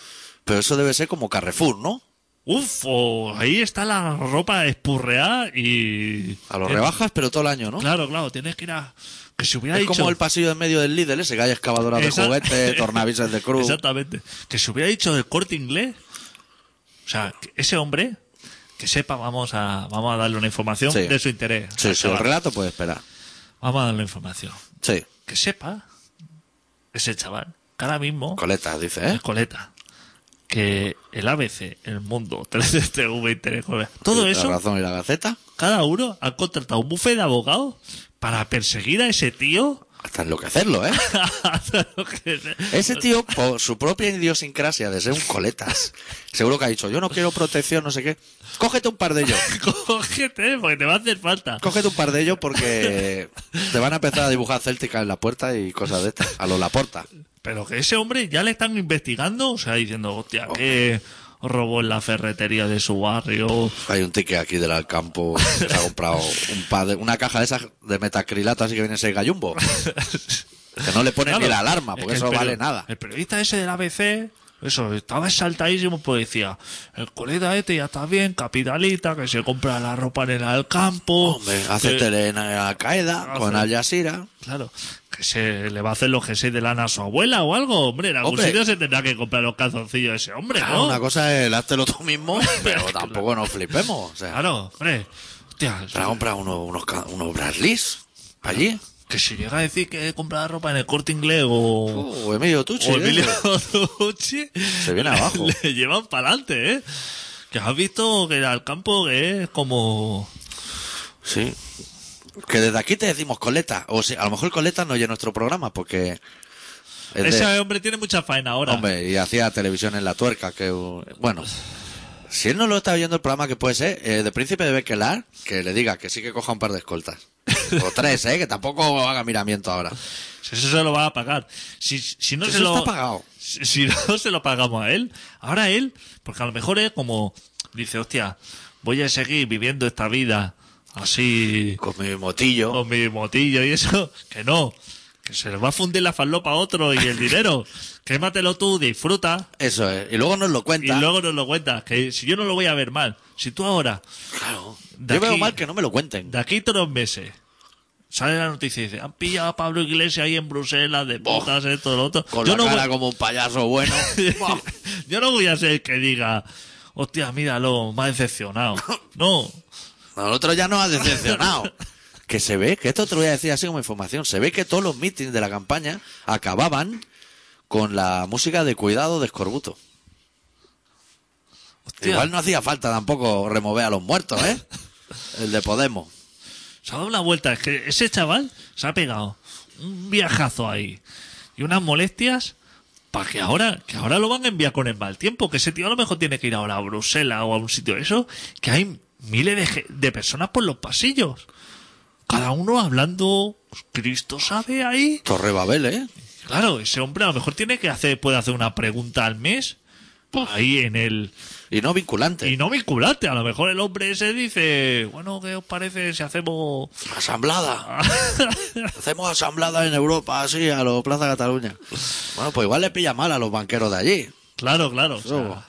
[SPEAKER 1] Pero eso debe ser como Carrefour, ¿no?
[SPEAKER 2] Uf, o ahí está la ropa espurreada y...
[SPEAKER 1] A los rebajas, pero todo el año, ¿no?
[SPEAKER 2] Claro, claro, tienes que ir a... Que si hubiera
[SPEAKER 1] Es
[SPEAKER 2] dicho...
[SPEAKER 1] como el pasillo en medio del líder ese que hay excavadoras de
[SPEAKER 2] Exact-
[SPEAKER 1] juguetes, tornavises *laughs* de cruz.
[SPEAKER 2] Exactamente. Que se hubiera dicho del corte inglés. O sea, que ese hombre que sepa, vamos a, vamos a darle una información
[SPEAKER 1] Sí.
[SPEAKER 2] de su interés.
[SPEAKER 1] Sí,
[SPEAKER 2] Al
[SPEAKER 1] sí, el
[SPEAKER 2] chaval.
[SPEAKER 1] relato puede esperar.
[SPEAKER 2] Vamos a darle información.
[SPEAKER 1] Sí,
[SPEAKER 2] Que sepa ese chaval que ahora mismo
[SPEAKER 1] coletas, dice, ¿eh?
[SPEAKER 2] es coleta. Que el ABC, el mundo, *laughs* 3TV, Intereconomía, todo
[SPEAKER 1] La
[SPEAKER 2] eso,
[SPEAKER 1] razón y la gaceta.
[SPEAKER 2] cada uno ha contratado un bufete de abogados para perseguir a ese tío. *laughs*
[SPEAKER 1] Hasta enloquecerlo, ¿eh?
[SPEAKER 2] Hasta lo que-
[SPEAKER 1] Ese tío, por su propia idiosincrasia de ser un coletas, seguro que ha dicho, yo no quiero protección, no sé qué. Cógete un par de ellos.
[SPEAKER 2] Cógete, porque te va a hacer falta.
[SPEAKER 1] Cógete un par de ellos porque te van a empezar a dibujar céltica en la puerta y cosas de estas. A lo la porta.
[SPEAKER 2] Pero que ese hombre ya le están investigando, o sea, diciendo, hostia, que robó en la ferretería de su barrio.
[SPEAKER 1] Hay un ticket aquí del Alcampo que se ha comprado un par de- una caja de esas de metacrilato, así que viene ese gallumbo. Que no le ponen
[SPEAKER 2] Claro,
[SPEAKER 1] ni la alarma,
[SPEAKER 2] es
[SPEAKER 1] porque
[SPEAKER 2] que el
[SPEAKER 1] eso
[SPEAKER 2] peri-
[SPEAKER 1] vale nada.
[SPEAKER 2] El periodista ese del ABC, eso, estaba exaltadísimo, pues decía, el colega este ya está bien, capitalista, que se compra la ropa en el Alcampo.
[SPEAKER 1] Hombre, hace
[SPEAKER 2] que-
[SPEAKER 1] tele en Al
[SPEAKER 2] Ah,
[SPEAKER 1] Qaeda, con Al Jazeera.
[SPEAKER 2] Claro, que se le va a hacer los G6 de lana a su abuela o algo, hombre, en algún
[SPEAKER 1] Hombre.
[SPEAKER 2] sitio se tendrá que comprar los calzoncillos de ese hombre,
[SPEAKER 1] Claro,
[SPEAKER 2] ¿no?
[SPEAKER 1] una cosa es el háztelo tú
[SPEAKER 2] *laughs*
[SPEAKER 1] mismo, pero tampoco nos flipemos. O sea,
[SPEAKER 2] Claro, hombre, hostia,
[SPEAKER 1] te la compra uno- unos, ca- unos Bradleys allí.
[SPEAKER 2] que si llega a decir que he comprado la ropa en el corte inglés o...
[SPEAKER 1] O Emilio Tucci.
[SPEAKER 2] Ah. o el
[SPEAKER 1] ¿eh?
[SPEAKER 2] Emilio *laughs* Bonucci,
[SPEAKER 1] Se viene abajo.
[SPEAKER 2] *laughs* Le llevan para adelante, ¿eh? Que has visto que al campo que es como.
[SPEAKER 1] Sí. Que desde aquí te decimos coleta. O sea, a lo mejor coleta no oye nuestro programa porque. es de-
[SPEAKER 2] Ese hombre tiene mucha faena ahora.
[SPEAKER 1] Hombre, y hacía televisión en la tuerca. que uh, Bueno. Si él no lo está oyendo el programa que puede ser, eh, de Príncipe de Bequelar, que le diga que sí que coja un par de escoltas.
[SPEAKER 2] *laughs*
[SPEAKER 1] O tres, ¿eh? Que tampoco haga miramiento ahora.
[SPEAKER 2] Si eso se lo va a pagar. Si, si no
[SPEAKER 1] Pues Eso
[SPEAKER 2] se lo.
[SPEAKER 1] está pagado.
[SPEAKER 2] Si, si no *laughs* se lo pagamos a él, ahora él, porque a lo mejor es como. Dice, hostia, voy a seguir viviendo esta vida así.
[SPEAKER 1] Con mi motillo.
[SPEAKER 2] con mi motillo y eso, *laughs* que no, que se le va a fundir la falopa a otro y
[SPEAKER 1] *laughs*
[SPEAKER 2] el dinero, quématelo tú, disfruta
[SPEAKER 1] Eso es. Y luego nos lo
[SPEAKER 2] y
[SPEAKER 1] cuenta.
[SPEAKER 2] luego nos lo cuentas, que si yo no lo voy a ver mal, si tú ahora,
[SPEAKER 1] Claro.
[SPEAKER 2] De
[SPEAKER 1] Yo veo
[SPEAKER 2] aquí-
[SPEAKER 1] mal que no me lo cuenten.
[SPEAKER 2] de aquí a tres meses, sale la noticia y dice, han pillado a Pablo Iglesias ahí en Bruselas, de
[SPEAKER 1] Oh.
[SPEAKER 2] putas, esto, lo otro,
[SPEAKER 1] Con
[SPEAKER 2] yo,
[SPEAKER 1] la
[SPEAKER 2] no
[SPEAKER 1] cara
[SPEAKER 2] voy,
[SPEAKER 1] como un payaso
[SPEAKER 2] *laughs*
[SPEAKER 1] bueno. Buah.
[SPEAKER 2] yo no voy a ser el que diga, hostia, míralo, me ha
[SPEAKER 1] *laughs*
[SPEAKER 2] decepcionado, no,
[SPEAKER 1] Nosotros ya nos ha decepcionado. que se ve, que esto te lo voy a decir así como información, se ve que todos los mítines de la campaña acababan con la música de Cuidado de Escorbuto.
[SPEAKER 2] hostia,
[SPEAKER 1] Igual no hacía falta tampoco remover a los muertos, ¿eh?
[SPEAKER 2] *laughs*
[SPEAKER 1] El de Podemos.
[SPEAKER 2] Se ha dado una vuelta. Es que ese chaval se ha pegado un viajazo ahí y unas molestias para que ahora, que ahora lo van a enviar con el mal tiempo. Que ese tío a lo mejor tiene que ir ahora a Bruselas o a un sitio de eso, que hay miles de, ge- de personas por los pasillos. Cada uno hablando, pues, Cristo sabe ahí.
[SPEAKER 1] Torre Babel, ¿eh?
[SPEAKER 2] Claro, ese hombre a lo mejor tiene que hacer, puede hacer una pregunta al mes ahí en el...
[SPEAKER 1] Y no vinculante.
[SPEAKER 2] Y no vinculante, a lo mejor el hombre ese dice, bueno, ¿qué os parece si hacemos...
[SPEAKER 1] Asamblada. Hacemos asamblada en Europa, así, a los Plaza Cataluña. Bueno, pues igual le pilla mal a los banqueros de allí.
[SPEAKER 2] claro, claro. o sea,
[SPEAKER 1] Eso. Eh.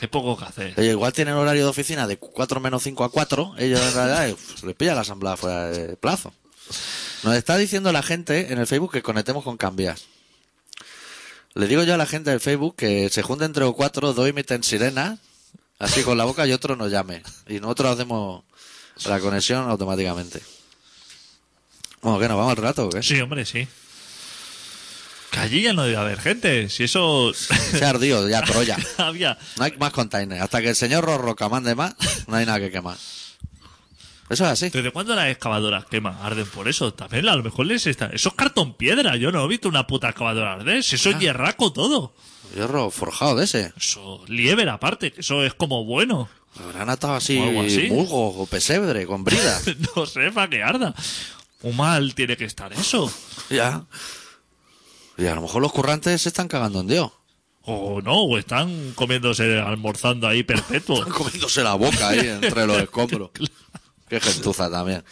[SPEAKER 2] qué poco que hacer.
[SPEAKER 1] Ellos igual tienen horario de oficina de 4 menos 5 a 4. Ellos en realidad eh, pues, les pilla la asamblea fuera de plazo. Nos está diciendo la gente en el Facebook que conectemos con Cambias. Le digo yo a la gente del Facebook que se junten entre o cuatro, dos imiten sirena, así con la boca y otro nos llame. Y nosotros hacemos la conexión automáticamente. Bueno, que nos vamos al rato, ¿o qué?
[SPEAKER 2] Sí, hombre, sí. Que allí ya no debe haber gente. Si eso... *laughs*
[SPEAKER 1] Se ha ardido ya Troya.
[SPEAKER 2] había...
[SPEAKER 1] No hay más containers. Hasta que el señor Rorroca mande más, no hay nada que quemar. Eso es así.
[SPEAKER 2] ¿Desde cuándo las excavadoras queman? Arden por eso. También a lo mejor les está... Eso es cartón piedra. Yo no he visto una puta excavadora arder. Si eso es hierraco todo.
[SPEAKER 1] Hierro forjado de ese.
[SPEAKER 2] Eso lieber aparte. que Eso es como bueno. *laughs*
[SPEAKER 1] Habrán atado así,
[SPEAKER 2] O algo así.
[SPEAKER 1] musgo o pesebre con
[SPEAKER 2] *laughs*
[SPEAKER 1] brida.
[SPEAKER 2] no sé para qué arda. Un mal tiene que estar eso.
[SPEAKER 1] ya. Y a lo mejor los currantes se están cagando en
[SPEAKER 2] *laughs*
[SPEAKER 1] Dios.
[SPEAKER 2] O no, o están comiéndose, almorzando ahí
[SPEAKER 1] *laughs*
[SPEAKER 2] perpetuo.
[SPEAKER 1] Están comiéndose la boca
[SPEAKER 2] *laughs*
[SPEAKER 1] ahí entre los escombros. Qué gentuza también.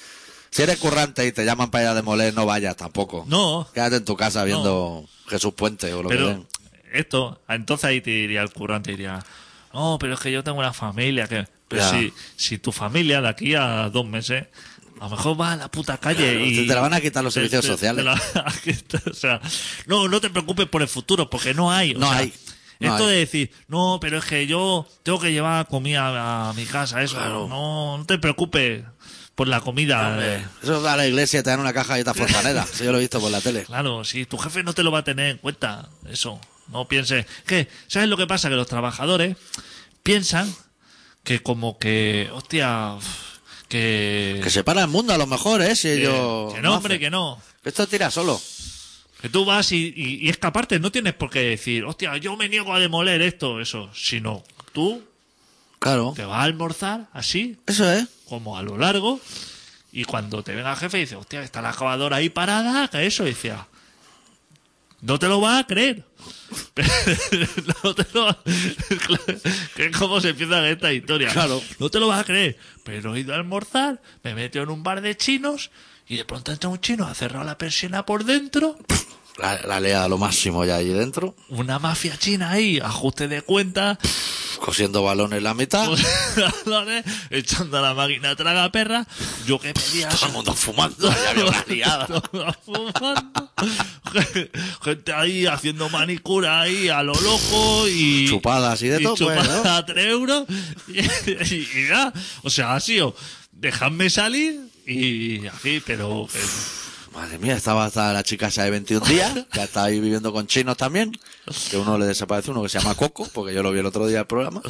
[SPEAKER 1] Si eres currante y te llaman para ir a demoler, no vayas tampoco.
[SPEAKER 2] No.
[SPEAKER 1] Quédate en tu casa viendo Jesús Puente o lo que
[SPEAKER 2] Pero
[SPEAKER 1] den.
[SPEAKER 2] esto, entonces ahí te diría el currante, diría, no, pero es que yo tengo una familia que... Pero
[SPEAKER 1] Ya.
[SPEAKER 2] si, si tu familia de aquí a dos meses, a lo mejor va a la puta calle
[SPEAKER 1] Claro,
[SPEAKER 2] y...
[SPEAKER 1] te- te la van a quitar los
[SPEAKER 2] te-
[SPEAKER 1] servicios
[SPEAKER 2] te- te
[SPEAKER 1] sociales.
[SPEAKER 2] la- *laughs* o sea, no, no te preocupes por el futuro, porque no hay. o
[SPEAKER 1] No
[SPEAKER 2] sea,
[SPEAKER 1] hay, no
[SPEAKER 2] esto
[SPEAKER 1] hay.
[SPEAKER 2] de decir, no, pero es que yo tengo que llevar comida a mi casa, eso. No, no te preocupes por la comida. eh.
[SPEAKER 1] Eso va a la iglesia, te dan una caja de esta fontanera. Sí, yo lo he visto por la tele.
[SPEAKER 2] Claro, si tu jefe no te lo va a tener en cuenta, eso. No pienses. Que, ¿Sabes lo que pasa? Que los trabajadores piensan que, como que, hostia, uf, que.
[SPEAKER 1] Que se para el mundo a lo mejor, ¿eh? Si
[SPEAKER 2] que-
[SPEAKER 1] ellos...
[SPEAKER 2] que
[SPEAKER 1] no
[SPEAKER 2] no, hombre,
[SPEAKER 1] hacen.
[SPEAKER 2] que no.
[SPEAKER 1] Esto tira solo.
[SPEAKER 2] Que tú vas y, y, y escaparte, no tienes por qué decir, hostia, yo me niego a demoler esto, eso. Sino, tú
[SPEAKER 1] Claro.
[SPEAKER 2] te vas a almorzar así,
[SPEAKER 1] Eso es.
[SPEAKER 2] como a lo largo, y cuando te venga el jefe y dice, hostia, está la excavadora ahí parada, que eso, y dice, "Ah, no te lo vas a creer. *laughs* no te lo vas *laughs* que es como se empieza esta historia.
[SPEAKER 1] Claro.
[SPEAKER 2] No te lo vas a creer. Pero he ido a almorzar, me metió en un bar de chinos, y de pronto entra un chino, ha cerrado la persiana por dentro,
[SPEAKER 1] La, la lea a lo máximo ya allí dentro.
[SPEAKER 2] una mafia china ahí, ajuste de cuentas, *laughs*
[SPEAKER 1] Cosiendo balones la mitad.
[SPEAKER 2] balones, echando a la máquina traga perra, yo que pedía
[SPEAKER 1] Todo el mundo fumando. Ya
[SPEAKER 2] *laughs*
[SPEAKER 1] había una liada.
[SPEAKER 2] Todos fumando. Gente ahí haciendo manicura ahí a lo loco y.
[SPEAKER 1] Chupadas y de todo, pues,
[SPEAKER 2] chupadas a 3 euros. *laughs* Y, y- y ya. O sea, ha sido. Dejadme salir y así, pero. eh,
[SPEAKER 1] Madre mía, estaba hasta la chica esa de 21 días, que está ahí viviendo con chinos también, que uno le desaparece, uno que se llama Coco, porque yo lo vi el otro día del programa.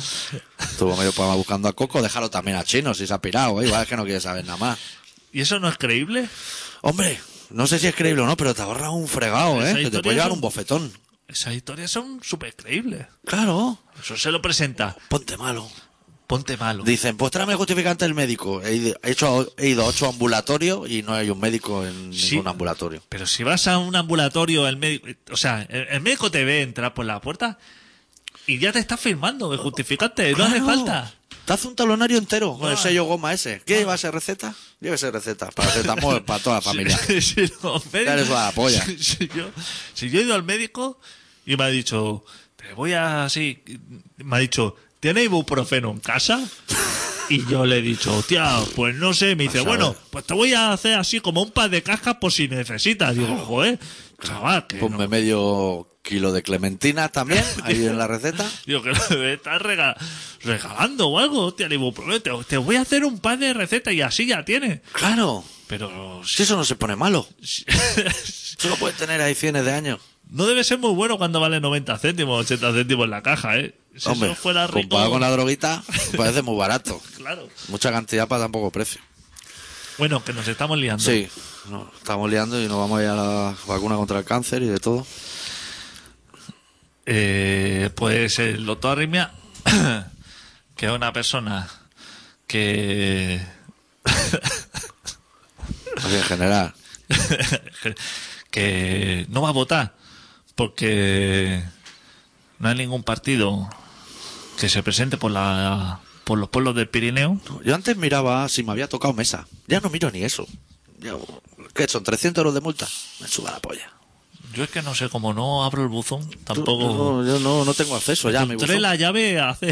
[SPEAKER 1] Estuvo medio programa buscando a Coco, déjalo también a chinos si se ha pirado, ¿eh? igual es que no quiere saber nada más.
[SPEAKER 2] ¿Y eso no es creíble?
[SPEAKER 1] Hombre, no sé si es creíble o no, pero te ahorras un fregado,
[SPEAKER 2] Esa
[SPEAKER 1] ¿eh? que te
[SPEAKER 2] historia
[SPEAKER 1] puede
[SPEAKER 2] es
[SPEAKER 1] llevar
[SPEAKER 2] un-
[SPEAKER 1] un bofetón.
[SPEAKER 2] Esas historias son súper creíbles.
[SPEAKER 1] Claro,
[SPEAKER 2] Eso se lo presenta.
[SPEAKER 1] ponte malo.
[SPEAKER 2] Ponte malo.
[SPEAKER 1] Dicen, pues tráeme justificante el médico. He ido, he hecho- he ido a ocho ambulatorios y no hay un médico en
[SPEAKER 2] Sí.
[SPEAKER 1] ningún ambulatorio.
[SPEAKER 2] Pero si vas a un ambulatorio, el médico, o sea, el, el médico te ve entrar por la puerta y ya te está firmando el justificante, no hace
[SPEAKER 1] Claro.
[SPEAKER 2] falta.
[SPEAKER 1] Te hace un talonario entero con el
[SPEAKER 2] Ah.
[SPEAKER 1] sello goma ese. ¿Qué lleva esa receta? Llévese receta. Paracetamol para
[SPEAKER 2] *laughs*
[SPEAKER 1] toda la familia.
[SPEAKER 2] Si, si los médicos-
[SPEAKER 1] eres la polla.
[SPEAKER 2] *laughs* Si, si yo, si yo he ido al médico y me ha dicho, te voy a así, me ha dicho, ¿tiene ibuprofeno en casa? Y yo le he dicho, hostia, pues no sé. Me dice,
[SPEAKER 1] Vas a
[SPEAKER 2] bueno,
[SPEAKER 1] ver.
[SPEAKER 2] pues te voy a hacer así como un par de cascas por si necesitas. Digo, joder, chaval, que no
[SPEAKER 1] Ponme medio kilo de clementina
[SPEAKER 2] *laughs*
[SPEAKER 1] también, ahí en la receta.
[SPEAKER 2] Digo, que lo me estás rega- regalando o algo, hostia, le digo, "Pero te, te voy a hacer un par de recetas y así ya tienes.
[SPEAKER 1] Claro,
[SPEAKER 2] Pero
[SPEAKER 1] si
[SPEAKER 2] sí,
[SPEAKER 1] eso no se pone malo.
[SPEAKER 2] *laughs* sí.
[SPEAKER 1] Eso lo puedes tener ahí cienes de años.
[SPEAKER 2] no debe ser muy bueno cuando vale 90 céntimos, 80 céntimos la caja, ¿eh? Si
[SPEAKER 1] Hombre,
[SPEAKER 2] eso fuera rico,
[SPEAKER 1] comparado con la droguita, me parece muy barato.
[SPEAKER 2] claro.
[SPEAKER 1] Mucha cantidad para tan poco precio.
[SPEAKER 2] Bueno, que nos estamos liando.
[SPEAKER 1] Sí, no, estamos liando y nos vamos a ir a la vacuna contra el cáncer y de todo.
[SPEAKER 2] Eh, pues el doctor Arrimia, *coughs* que es una persona que *laughs*
[SPEAKER 1] Así en general.
[SPEAKER 2] que no va a votar porque no hay ningún partido que se presente por la por los pueblos del Pirineo.
[SPEAKER 1] Yo antes miraba si me había tocado mesa. Ya no miro ni eso. Ya, ¿Qué son? ¿300 euros de multa? Me suba la polla.
[SPEAKER 2] Yo es que no sé cómo no abro el buzón,
[SPEAKER 1] Tú-
[SPEAKER 2] tampoco.
[SPEAKER 1] no, yo no, no tengo acceso ya a mi
[SPEAKER 2] Encontré
[SPEAKER 1] buzón.
[SPEAKER 2] la llave hace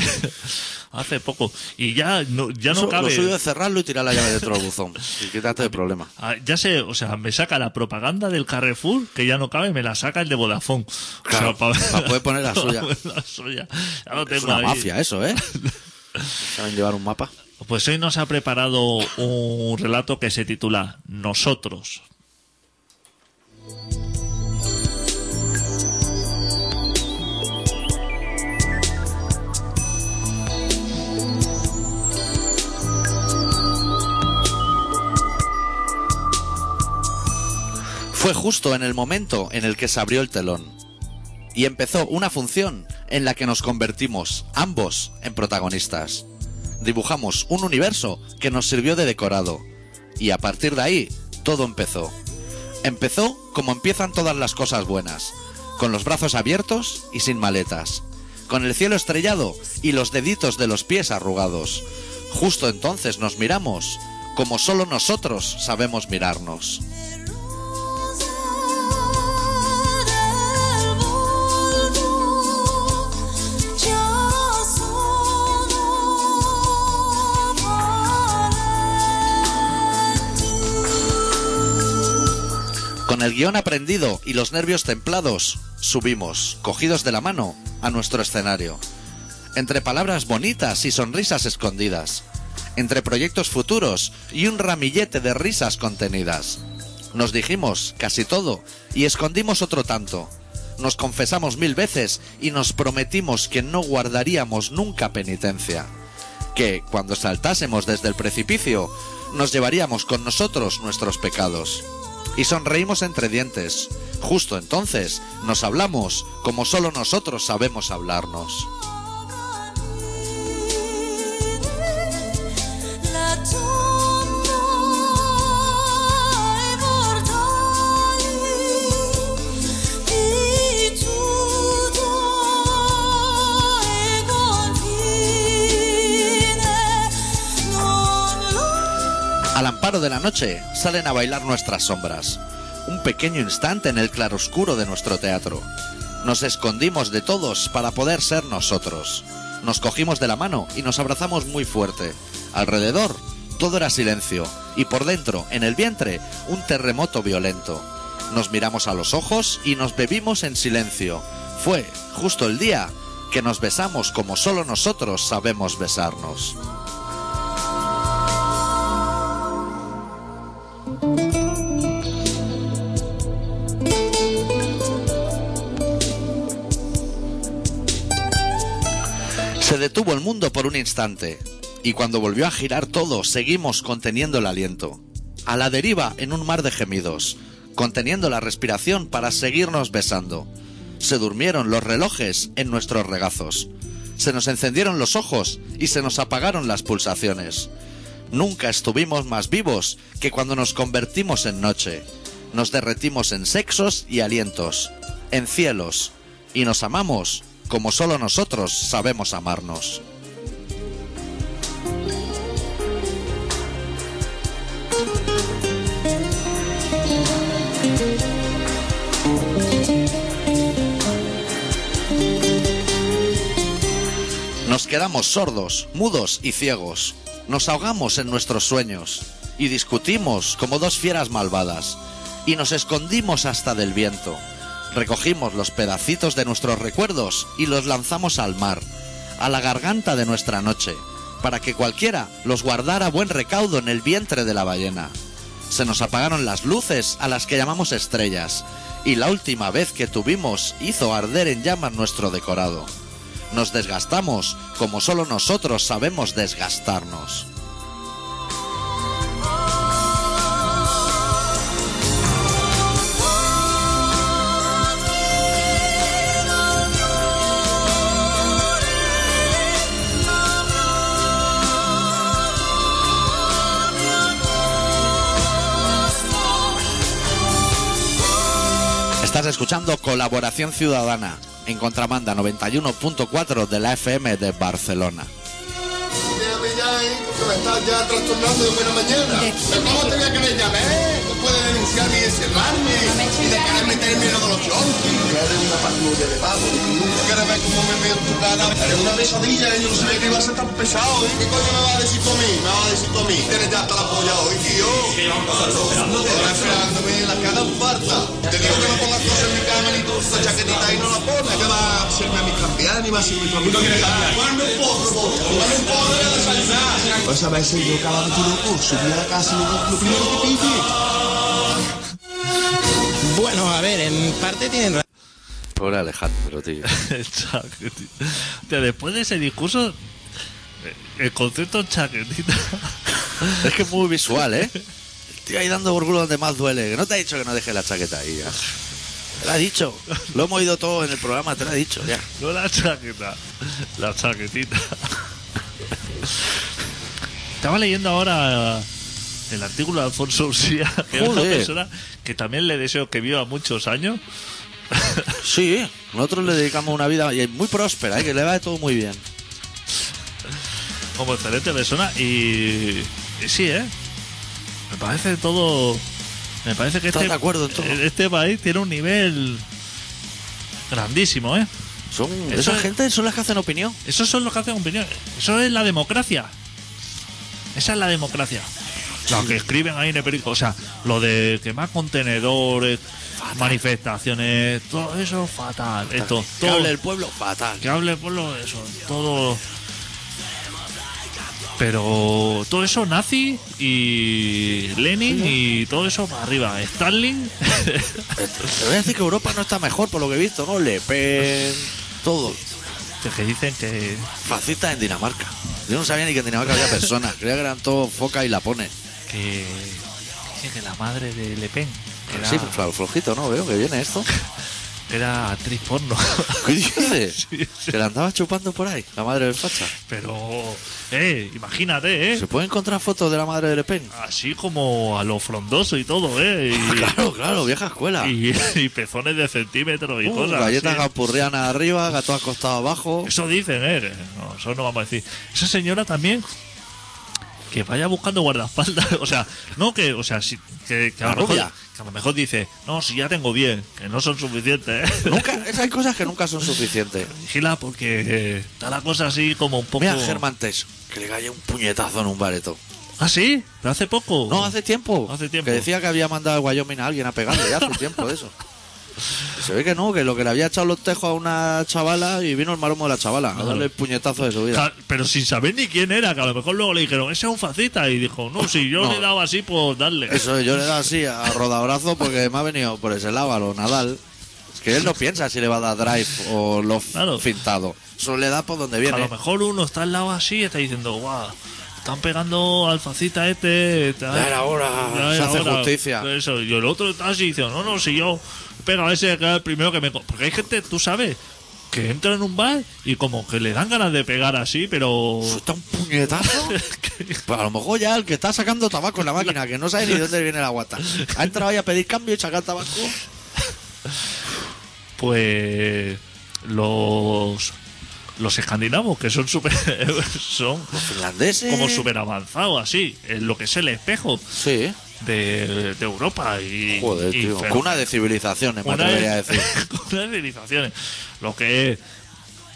[SPEAKER 2] *laughs* hace poco y ya no ya
[SPEAKER 1] Eso-
[SPEAKER 2] no
[SPEAKER 1] Lo suyo
[SPEAKER 2] cabe.
[SPEAKER 1] es cerrarlo y tirar la llave dentro del buzón. Y quítate de problema.
[SPEAKER 2] *laughs* Ah, Ya sé, o sea, me saca la propaganda del Carrefour que ya no cabe, me la saca el de Vodafone. O
[SPEAKER 1] Claro,
[SPEAKER 2] sea, *laughs*
[SPEAKER 1] para poder poner la suya.
[SPEAKER 2] la suya. Ya lo
[SPEAKER 1] Es
[SPEAKER 2] tengo
[SPEAKER 1] una
[SPEAKER 2] ahí.
[SPEAKER 1] mafia eso,
[SPEAKER 2] *laughs*
[SPEAKER 1] ¿eh? Saben llevar un mapa.
[SPEAKER 2] Pues hoy nos ha preparado un relato que se titula Nosotros. *laughs*
[SPEAKER 1] Fue justo en el momento en el que se abrió el telón. Y empezó una función en la que nos convertimos ambos en protagonistas. Dibujamos un universo que nos sirvió de decorado. Y a partir de ahí, todo empezó. Empezó como empiezan todas las cosas buenas, con los brazos abiertos y sin maletas, con el cielo estrellado y los deditos de los pies arrugados. Justo entonces nos miramos, como solo nosotros sabemos mirarnos.
[SPEAKER 3] del mundo yo solo para
[SPEAKER 1] Con el guión aprendido y los nervios templados, subimos, cogidos de la mano, a nuestro escenario. Entre palabras bonitas y sonrisas escondidas. Entre proyectos futuros y un ramillete de risas contenidas. Nos dijimos casi todo y escondimos otro tanto. Nos confesamos mil veces y nos prometimos que no guardaríamos nunca penitencia. Que, cuando saltásemos desde el precipicio, nos llevaríamos con nosotros nuestros pecados y sonreímos entre dientes. Justo entonces nos hablamos como solo nosotros sabemos hablarnos.
[SPEAKER 3] la tumba mortal y todo e confine non lo
[SPEAKER 1] Al amparo de la noche salen a bailar nuestras sombras. Un pequeño instante en el claroscuro de nuestro teatro. Nos escondimos de todos para poder ser nosotros. Nos cogimos de la mano y nos abrazamos muy fuerte. Alrededor todo era silencio y por dentro, en el vientre, un terremoto violento. Nos miramos a los ojos y nos bebimos en silencio. Fue justo el día que nos besamos como solo nosotros sabemos besarnos. Se detuvo el mundo por un instante, y cuando volvió a girar todo, seguimos conteniendo el aliento. A la deriva en un mar de gemidos, conteniendo la respiración para seguirnos besando. Se durmieron los relojes en nuestros regazos. Se nos encendieron los ojos y se nos apagaron las pulsaciones. Nunca estuvimos más vivos que cuando nos convertimos en noche. Nos derretimos en sexos y alientos, en cielos, y nos amamos como solo nosotros sabemos amarnos. Nos quedamos sordos, mudos y ciegos. Nos ahogamos en nuestros sueños y discutimos como dos fieras malvadas. Y nos escondimos hasta del viento. Recogimos los pedacitos de nuestros recuerdos y los lanzamos al mar, a la garganta de nuestra noche, para que cualquiera los guardara buen recaudo en el vientre de la ballena. Se nos apagaron las luces a las que llamamos estrellas, y la última vez que tuvimos hizo arder en llamas nuestro decorado. Nos desgastamos como solo nosotros sabemos desgastarnos. Estás escuchando Colaboración Ciudadana, en contramanda 91.4 de la FM de Barcelona.
[SPEAKER 4] Mira, Villay, que me estás ya trastornando de buena mañana. Pero ¿Cómo te voy a querellar, eh? No puedes denunciarme y encerrarme y dejarme meter miedo con los chonquis. Tú eres una patrulla de pago. Nunca quieres ver cómo me veo en tu cara. Eres una pesadilla y yo no sabía que iba a ser tan pesado, ¿eh? ¿Qué coño me vas a decir tú a mí? Me vas a decir tú a mí. Tienes ya hasta la polla hoy, tío. ¿Qué iban a pasar esperándote? Estás esperándome en la cara farta. Te digo que no pongas cosas en mi cara, manito. Esta chaquetita ahí no la pones. ¿Qué vas a hacerme a mí cambiar? Ni vas a hacerme tú a mí cambiar. Ponme un poco, ponme un poco de desayunar. Pues a veces yo cada vez que loco, subí a la casa y lo, lo primero que pillé.
[SPEAKER 5] Bueno, a ver, en parte tienen razón.
[SPEAKER 1] Pobre Alejandro, tío.
[SPEAKER 2] Chaquetita. Hostia, después de ese discurso, eh, el concepto chaquetita.
[SPEAKER 1] *laughs*
[SPEAKER 2] *laughs*
[SPEAKER 1] Es que es muy visual, ¿eh? El tío ahí dando por culo donde más duele. Que no te ha dicho que no dejes la chaqueta ahí ya. Te lo ha dicho. Lo hemos oído todo en el programa, te lo ha dicho ya.
[SPEAKER 2] No la chaqueta, la chaquetita. Estaba leyendo ahora eh, el artículo de Alfonso Usía, que es una
[SPEAKER 1] Joder.
[SPEAKER 2] persona que también le deseo que viva muchos años.
[SPEAKER 1] Sí, nosotros le dedicamos una vida y es muy próspera, ¿eh? que le va todo muy bien.
[SPEAKER 2] como excelente persona y, y sí, ¿eh? Me parece todo... Me parece que
[SPEAKER 1] ¿Estás
[SPEAKER 2] este,
[SPEAKER 1] de acuerdo en todo?
[SPEAKER 2] este país tiene un nivel grandísimo, ¿eh?
[SPEAKER 1] Son,
[SPEAKER 2] Eso
[SPEAKER 1] esa
[SPEAKER 2] es-
[SPEAKER 1] gente son las que hacen opinión.
[SPEAKER 2] Eso son los que hacen opinión. Eso es la democracia. Esa es la democracia. Los que escriben ahí en el periódico. O sea, lo de que más contenedores, manifestaciones, todo eso fatal. Esto,
[SPEAKER 1] Que
[SPEAKER 2] todo,
[SPEAKER 1] hable el pueblo fatal.
[SPEAKER 2] que hable el pueblo de eso, todo. Pero todo eso nazi y Lenin y todo eso para arriba.
[SPEAKER 1] *laughs*
[SPEAKER 2] Stalin.
[SPEAKER 1] Te voy a decir que Europa no está mejor por lo que he visto, ¿no? Le Pen, todo.
[SPEAKER 2] que dicen que.
[SPEAKER 1] Fascistas en Dinamarca. Yo no sabía ni que en Dinamarca había personas. Creía que eran todos foca y lapones.
[SPEAKER 2] que. Dicen que la madre de Le Pen. Era,
[SPEAKER 1] Sí, pues. flo- flojito, ¿no? Veo que viene esto.
[SPEAKER 2] era actriz porno. *laughs*
[SPEAKER 1] ¿Qué dices?
[SPEAKER 2] Sí, sí.
[SPEAKER 1] Se la andaba chupando por ahí, la madre del facha.
[SPEAKER 2] Pero, eh, imagínate, eh.
[SPEAKER 1] ¿Se puede encontrar fotos de la madre de Le Pen?
[SPEAKER 2] Así como a lo frondoso y todo, eh.
[SPEAKER 1] *laughs* Claro, claro, vieja escuela.
[SPEAKER 2] Y, y- y pezones de centímetros y
[SPEAKER 1] Uh,
[SPEAKER 2] cosas.
[SPEAKER 1] galletas
[SPEAKER 2] así.
[SPEAKER 1] gampurrianas arriba, gato acostado
[SPEAKER 2] *laughs*
[SPEAKER 1] abajo.
[SPEAKER 2] Eso dicen, eh. que No, eso no vamos a decir. Esa señora también. Que vaya buscando guardaespaldas. *laughs* O sea, no que, o sea, si- que, que a
[SPEAKER 1] La
[SPEAKER 2] lo mejor,
[SPEAKER 1] rubia.
[SPEAKER 2] que a lo mejor dice, no, si ya tengo 10, que no son suficientes, *laughs* eh.
[SPEAKER 1] Nunca, esas hay cosas que nunca son suficientes.
[SPEAKER 2] Vigila porque eh, está la cosa así como un poco.
[SPEAKER 1] Mira a Germán Tess, que le cayó un puñetazo en un bareto.
[SPEAKER 2] ¿Ah, sí? ¿Pero hace poco?
[SPEAKER 1] No, hace tiempo.
[SPEAKER 2] Hace tiempo.
[SPEAKER 1] Que decía que había mandado a Wyoming a alguien a pegarle, ya hace tiempo
[SPEAKER 2] *laughs*
[SPEAKER 1] de eso. Se ve que no, que lo que le había echado los tejos a una chavala y vino el maromo de la chavala a darle el puñetazo de su vida.
[SPEAKER 2] Ja- Pero sin saber ni quién era, que a lo mejor luego le dijeron, ese es un faceta. Y dijo, no, si yo
[SPEAKER 1] No.
[SPEAKER 2] le daba así, pues darle.
[SPEAKER 1] Eso, yo le he dado así a rodabrazo porque me ha venido por ese lado a lo Nadal. Es que él no piensa si le va a dar drive o lo
[SPEAKER 2] Claro.
[SPEAKER 1] fintado. Solo le da por donde
[SPEAKER 2] A lo
[SPEAKER 1] viene.
[SPEAKER 2] mejor uno está al lado así y está diciendo, guau, están pegando al faceta este. tal".
[SPEAKER 1] Ya era hora, se
[SPEAKER 2] era Pues
[SPEAKER 1] hace justicia.
[SPEAKER 2] Eso, y el otro está así diciendo, no, no, si yo pego a ese que es el primero que me. co-". Porque hay gente, tú sabes, que entra en un bar y como que le dan ganas de pegar así, pero.
[SPEAKER 1] Está un puñetazo.
[SPEAKER 2] *laughs*
[SPEAKER 1] Pues a lo mejor ya el que está sacando tabaco en la máquina, que no sabe ni de dónde viene la guata. Ha entrado ahí a pedir cambio y sacar tabaco.
[SPEAKER 2] pues los los escandinavos que son super *laughs* son
[SPEAKER 1] Finlandeses.
[SPEAKER 2] como super avanzados así en lo que es el espejo
[SPEAKER 1] Sí.
[SPEAKER 2] de, de Europa y
[SPEAKER 1] Joder,
[SPEAKER 2] y
[SPEAKER 1] tío.
[SPEAKER 2] fe-
[SPEAKER 1] Cuna de civilizaciones, me
[SPEAKER 2] una
[SPEAKER 1] atrevería a
[SPEAKER 2] de-
[SPEAKER 1] decir.
[SPEAKER 2] *laughs* una de civilizaciones lo que es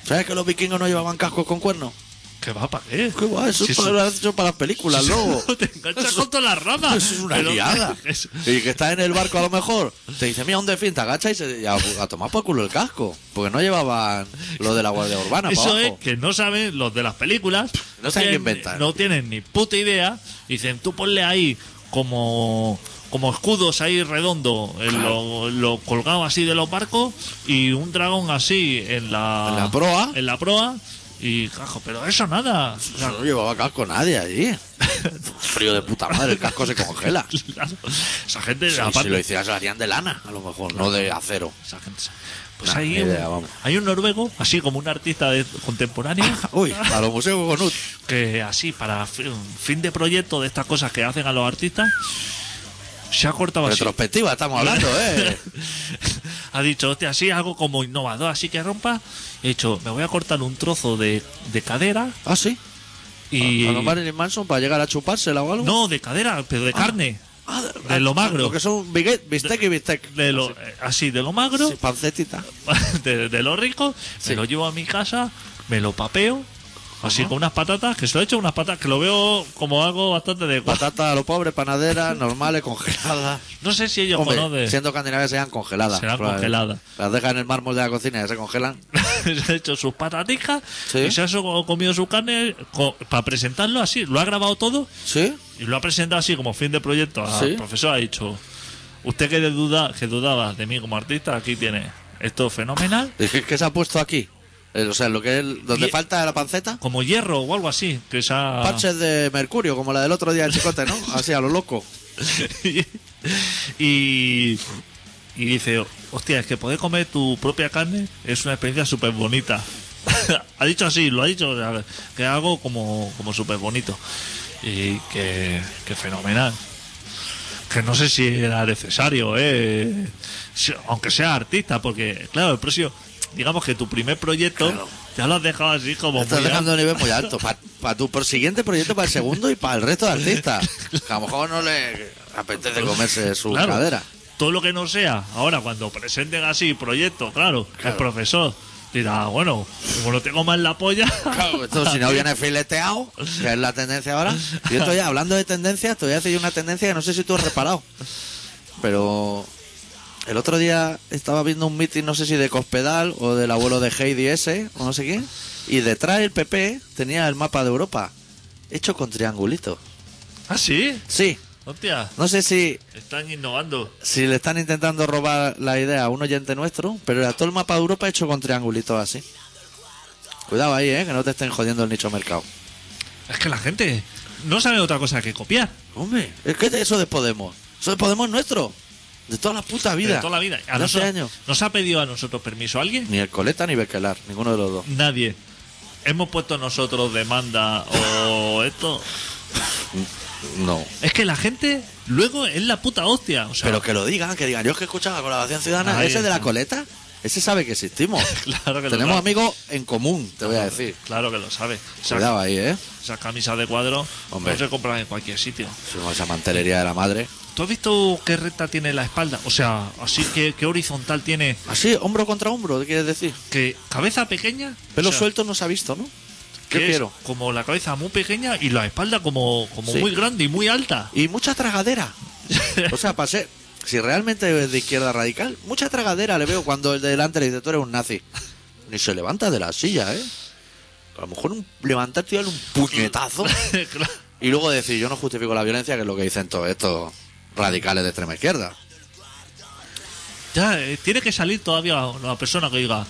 [SPEAKER 1] ¿Sabes que los vikingos no llevaban cascos con cuernos?
[SPEAKER 2] que va para qué
[SPEAKER 1] Qué guay, eso
[SPEAKER 2] Si
[SPEAKER 1] es para- lo has hecho para las películas,
[SPEAKER 2] *laughs* si
[SPEAKER 1] luego.
[SPEAKER 2] eso *laughs* te enganchas con todas las ramas
[SPEAKER 1] Eso es una
[SPEAKER 2] Pero-
[SPEAKER 1] liada.
[SPEAKER 2] *laughs* es-
[SPEAKER 1] Y que estás en el barco a lo mejor, te dice, mira, un delfín, te agacha y, se, y a, a tomar por culo el casco. Porque no llevaban lo de la Guardia Urbana para
[SPEAKER 2] Eso es
[SPEAKER 1] abajo.
[SPEAKER 2] que no saben los de las películas.
[SPEAKER 1] No saben
[SPEAKER 2] tienen-
[SPEAKER 1] qué inventar.
[SPEAKER 2] No tienen ni puta idea. Dicen, tú ponle ahí como, como escudos ahí redondo, en lo, lo colgado así de los barcos y un dragón así en la,
[SPEAKER 1] En la proa.
[SPEAKER 2] En la proa. Y cajo, pero eso nada. O sea,
[SPEAKER 1] Eso no llevaba casco nadie
[SPEAKER 2] *laughs*
[SPEAKER 1] allí. Frío de puta madre, el casco se congela. Sí,
[SPEAKER 2] claro, *laughs* esa gente,
[SPEAKER 1] si
[SPEAKER 2] aparte-
[SPEAKER 1] lo hicieras, lo harían de lana, a lo mejor, no de acero.
[SPEAKER 2] esa gente- Pues
[SPEAKER 1] Nah,
[SPEAKER 2] hay,
[SPEAKER 1] ni idea,
[SPEAKER 2] un,
[SPEAKER 1] vamos. Ah,
[SPEAKER 2] hay un noruego, así como un artista de- contemporáneo.
[SPEAKER 1] Uy, a los museos con
[SPEAKER 2] que así, para fi- un fin de proyecto de estas cosas que hacen a
[SPEAKER 1] Oh,
[SPEAKER 2] los artistas, se ha cortado así. *laughs* ¿eh?
[SPEAKER 1] Retrospectiva estamos hablando, ¿eh?
[SPEAKER 2] ha dicho, hostia, así algo como innovador, así que rompa. He dicho, me voy a cortar un trozo de, de cadera
[SPEAKER 1] *laughs* Ah, sí.
[SPEAKER 2] y.
[SPEAKER 1] A, a lo Marilyn Manson para llegar a chupársela o algo.
[SPEAKER 2] No, de cadera, pero de carne.
[SPEAKER 1] Ah,
[SPEAKER 2] de lo magro.
[SPEAKER 1] que son bigue- bistec y bistec.
[SPEAKER 2] De lo,
[SPEAKER 1] Así.
[SPEAKER 2] eh, así, de lo magro,
[SPEAKER 1] Ah, Sí, pancetita.
[SPEAKER 2] *laughs* de, de lo rico,
[SPEAKER 1] Sí.
[SPEAKER 2] me lo llevo a mi casa, me lo papeo, así
[SPEAKER 1] Ajá.
[SPEAKER 2] con unas patatas, que se lo he hecho unas patatas, que lo veo como algo bastante de guata.
[SPEAKER 1] Patata a lo pobre, panaderas, normales,
[SPEAKER 2] *laughs*
[SPEAKER 1] congeladas.
[SPEAKER 2] No sé si ellos
[SPEAKER 1] Hombre,
[SPEAKER 2] conocen.
[SPEAKER 1] siendo escandinavia sean congeladas.
[SPEAKER 2] Serán
[SPEAKER 1] probablemente.
[SPEAKER 2] congeladas.
[SPEAKER 1] Las dejan en el mármol de la cocina y ya se congelan.
[SPEAKER 2] *laughs* se ha hecho sus pataticas
[SPEAKER 1] Sí.
[SPEAKER 2] y se ha so- comido su carne co- para presentarlo así. Lo ha grabado todo
[SPEAKER 1] ¿Sí?
[SPEAKER 2] y lo ha presentado así como fin de proyecto. Al
[SPEAKER 1] Sí.
[SPEAKER 2] profesor ha dicho, usted que, de duda, que dudaba de mí como artista, aquí tiene. Esto es fenomenal.
[SPEAKER 1] ¿Qué, qué se ha puesto aquí? Eh, o sea, lo que es, donde
[SPEAKER 2] Y- Ah.
[SPEAKER 1] falta la panceta.
[SPEAKER 2] Como hierro o algo así. Que se ha-
[SPEAKER 1] Parches de mercurio, como la del otro día del chicote,
[SPEAKER 2] *laughs*
[SPEAKER 1] ¿no? Así, a lo loco.
[SPEAKER 2] y, y dice, hostia, es que poder comer tu propia carne es una experiencia súper bonita. *laughs* ha dicho así, lo ha dicho, o sea, que es algo como, como súper bonito. Y que, que fenomenal. Que no sé si era necesario, ¿eh? Si- aunque sea artista, porque, claro, el precio, digamos que tu primer proyecto ya lo has dejado así como...
[SPEAKER 1] Estás
[SPEAKER 2] muy
[SPEAKER 1] dejando un nivel muy alto. Para tu pro- siguiente proyecto, para el segundo y para el resto de artistas. Que a lo mejor no le apetece comerse su
[SPEAKER 2] Claro,
[SPEAKER 1] cadera.
[SPEAKER 2] Todo lo que no sea, ahora cuando presenten así proyectos, claro, el profesor dirá, "Ah, bueno, como lo tengo más en la polla.
[SPEAKER 1] *laughs* Claro, esto si no viene fileteado, que es la tendencia ahora. Yo estoy ya hablando de tendencias, te voy a decir una tendencia que no sé si tú has reparado. Pero el otro día estaba viendo un meeting, no sé si de Cospedal o del abuelo de Heidi S, o no sé quién, y detrás el PP tenía el mapa de Europa, hecho con triangulito.
[SPEAKER 2] ¿Ah, sí?
[SPEAKER 1] Sí,
[SPEAKER 2] Hostia,
[SPEAKER 1] no sé si,
[SPEAKER 2] están innovando.
[SPEAKER 1] si le están intentando robar la idea a un oyente nuestro, pero era todo el mapa de Europa hecho con triangulitos así. Cuidado ahí, ¿eh? que no te estén jodiendo el nicho mercado.
[SPEAKER 2] Es que la gente no sabe otra cosa que copiar
[SPEAKER 1] Hombre, es que eso de Podemos. Eso de Podemos es nuestro. De toda la puta vida.
[SPEAKER 2] de toda la vida. A
[SPEAKER 1] de hace
[SPEAKER 2] nosotros-
[SPEAKER 1] años.
[SPEAKER 2] ¿Nos ha pedido a nosotros permiso alguien?
[SPEAKER 1] Ni el Coleta ni Bequelar, ninguno de los dos.
[SPEAKER 2] Nadie. ¿Hemos puesto nosotros
[SPEAKER 1] *laughs*
[SPEAKER 2] demanda o esto?
[SPEAKER 1] No.
[SPEAKER 2] Es que la gente luego es la puta hostia. O sea,
[SPEAKER 1] Pero que lo digan, que digan, yo es que escuchaba la colaboración ciudadana,
[SPEAKER 2] Ahí
[SPEAKER 1] ese de la
[SPEAKER 2] está.
[SPEAKER 1] coleta, ese sabe que existimos.
[SPEAKER 2] *laughs* Claro que lo
[SPEAKER 1] Tenemos
[SPEAKER 2] sabe.
[SPEAKER 1] amigos en común, te voy a decir.
[SPEAKER 2] Claro que lo sabe. O sea,
[SPEAKER 1] Cuidado ahí, ¿eh?
[SPEAKER 2] Esas camisas de cuadro
[SPEAKER 1] Hombre.
[SPEAKER 2] no se compran en cualquier sitio.
[SPEAKER 1] Fuimos a esa mantelería de la madre.
[SPEAKER 2] ¿Tú has visto qué recta tiene la espalda? O sea, así que qué horizontal tiene.
[SPEAKER 1] Así, hombro contra hombro, ¿qué quieres decir?
[SPEAKER 2] Que cabeza pequeña.
[SPEAKER 1] Pelo
[SPEAKER 2] o sea,
[SPEAKER 1] suelto no se ha visto, ¿no?
[SPEAKER 2] que
[SPEAKER 1] ¿Qué
[SPEAKER 2] es
[SPEAKER 1] quiero?
[SPEAKER 2] Como la cabeza muy pequeña y la espalda como, como
[SPEAKER 1] Sí.
[SPEAKER 2] muy grande y muy
[SPEAKER 1] *laughs*
[SPEAKER 2] alta.
[SPEAKER 1] Y mucha tragadera. O sea, para ser- Si realmente es de izquierda radical, mucha tragadera le veo cuando el de delante le dice tú eres un nazi. Ni se levanta de la silla, ¿eh? A lo mejor un, levantarte y darle un puñetazo.
[SPEAKER 2] Claro.
[SPEAKER 1] Y luego decir, yo no justifico la violencia, que es lo que dicen todos estos radicales de extrema izquierda.
[SPEAKER 2] ya, eh, tiene que salir todavía una persona que diga.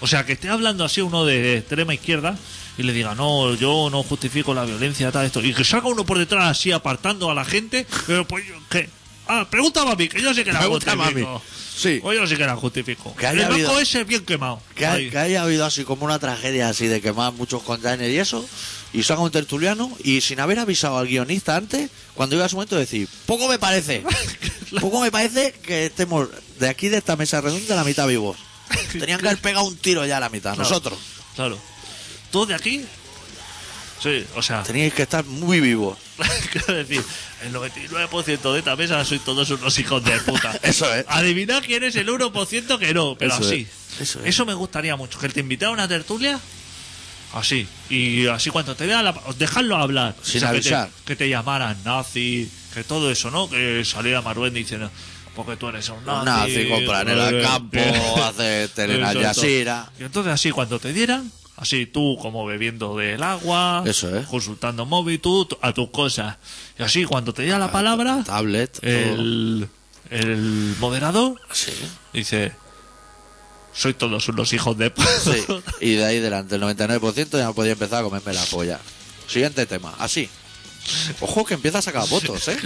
[SPEAKER 2] O sea, que esté hablando así uno de extrema izquierda y le diga, no, yo no justifico la violencia, tal, esto. Y que salga uno por detrás así apartando a la gente. Pero pues, yo- ¿qué? Ah, pregunta a mí, que yo sí que la
[SPEAKER 1] Pregunta a mami.
[SPEAKER 2] justifico.
[SPEAKER 1] Sí.
[SPEAKER 2] O yo sí que la justifico.
[SPEAKER 1] Que
[SPEAKER 2] el
[SPEAKER 1] haya
[SPEAKER 2] banco
[SPEAKER 1] habido-
[SPEAKER 2] ese bien quemado.
[SPEAKER 1] Que, ha-
[SPEAKER 2] Ahí. *laughs*
[SPEAKER 1] que haya habido así como una tragedia así de quemar muchos containers y eso, y salga un tertuliano y sin haber avisado al guionista antes, cuando iba a su momento decir, poco me parece, poco me parece que estemos de aquí de esta mesa redonda la mitad vivos. Tenían que haber pegado un tiro ya a la mitad,
[SPEAKER 2] Claro.
[SPEAKER 1] nosotros.
[SPEAKER 2] Claro. ¿Todo de aquí? Sí, o sea, *laughs*
[SPEAKER 1] Teníais que estar muy vivos.
[SPEAKER 2] quiero decir, el 99% de esta mesa sois todos unos hijos de
[SPEAKER 1] *laughs*
[SPEAKER 2] puta.
[SPEAKER 1] Eso es.
[SPEAKER 2] Adivinad quién es el 1% que no,
[SPEAKER 1] ¿eh?
[SPEAKER 2] pero
[SPEAKER 1] Eso
[SPEAKER 2] así.
[SPEAKER 1] es, eso es.
[SPEAKER 2] me gustaría mucho, que te invitara a una tertulia. Así, y así cuando te vea la... os Dejarlo hablar.
[SPEAKER 1] Sin
[SPEAKER 2] que te-
[SPEAKER 1] avisar.
[SPEAKER 2] Que te, llamaran nazi, que todo eso, ¿no? Que saliera Maruenda diciendo... Porque tú eres un nazi.
[SPEAKER 1] Nazi, compran
[SPEAKER 2] *laughs*
[SPEAKER 1] en el
[SPEAKER 2] eh,
[SPEAKER 1] campo,
[SPEAKER 2] que-
[SPEAKER 1] hace Telen Al
[SPEAKER 2] Eso, eso.
[SPEAKER 1] Jazeera.
[SPEAKER 2] Y entonces así cuando te dieran, así tú como bebiendo del agua,
[SPEAKER 1] Eso es.
[SPEAKER 2] consultando móvil, tú tú- a tus cosas. Y así cuando te diera la palabra,
[SPEAKER 1] Tablet, todo.
[SPEAKER 2] el,
[SPEAKER 1] Oh.
[SPEAKER 2] el moderador
[SPEAKER 1] Sí.
[SPEAKER 2] dice, soy todos unos hijos de... puta".
[SPEAKER 1] Sí. Y de ahí delante, el 99% ya no podía empezar a comerme la polla. Siguiente tema, así. Ojo que empieza a sacar votos, ¿eh?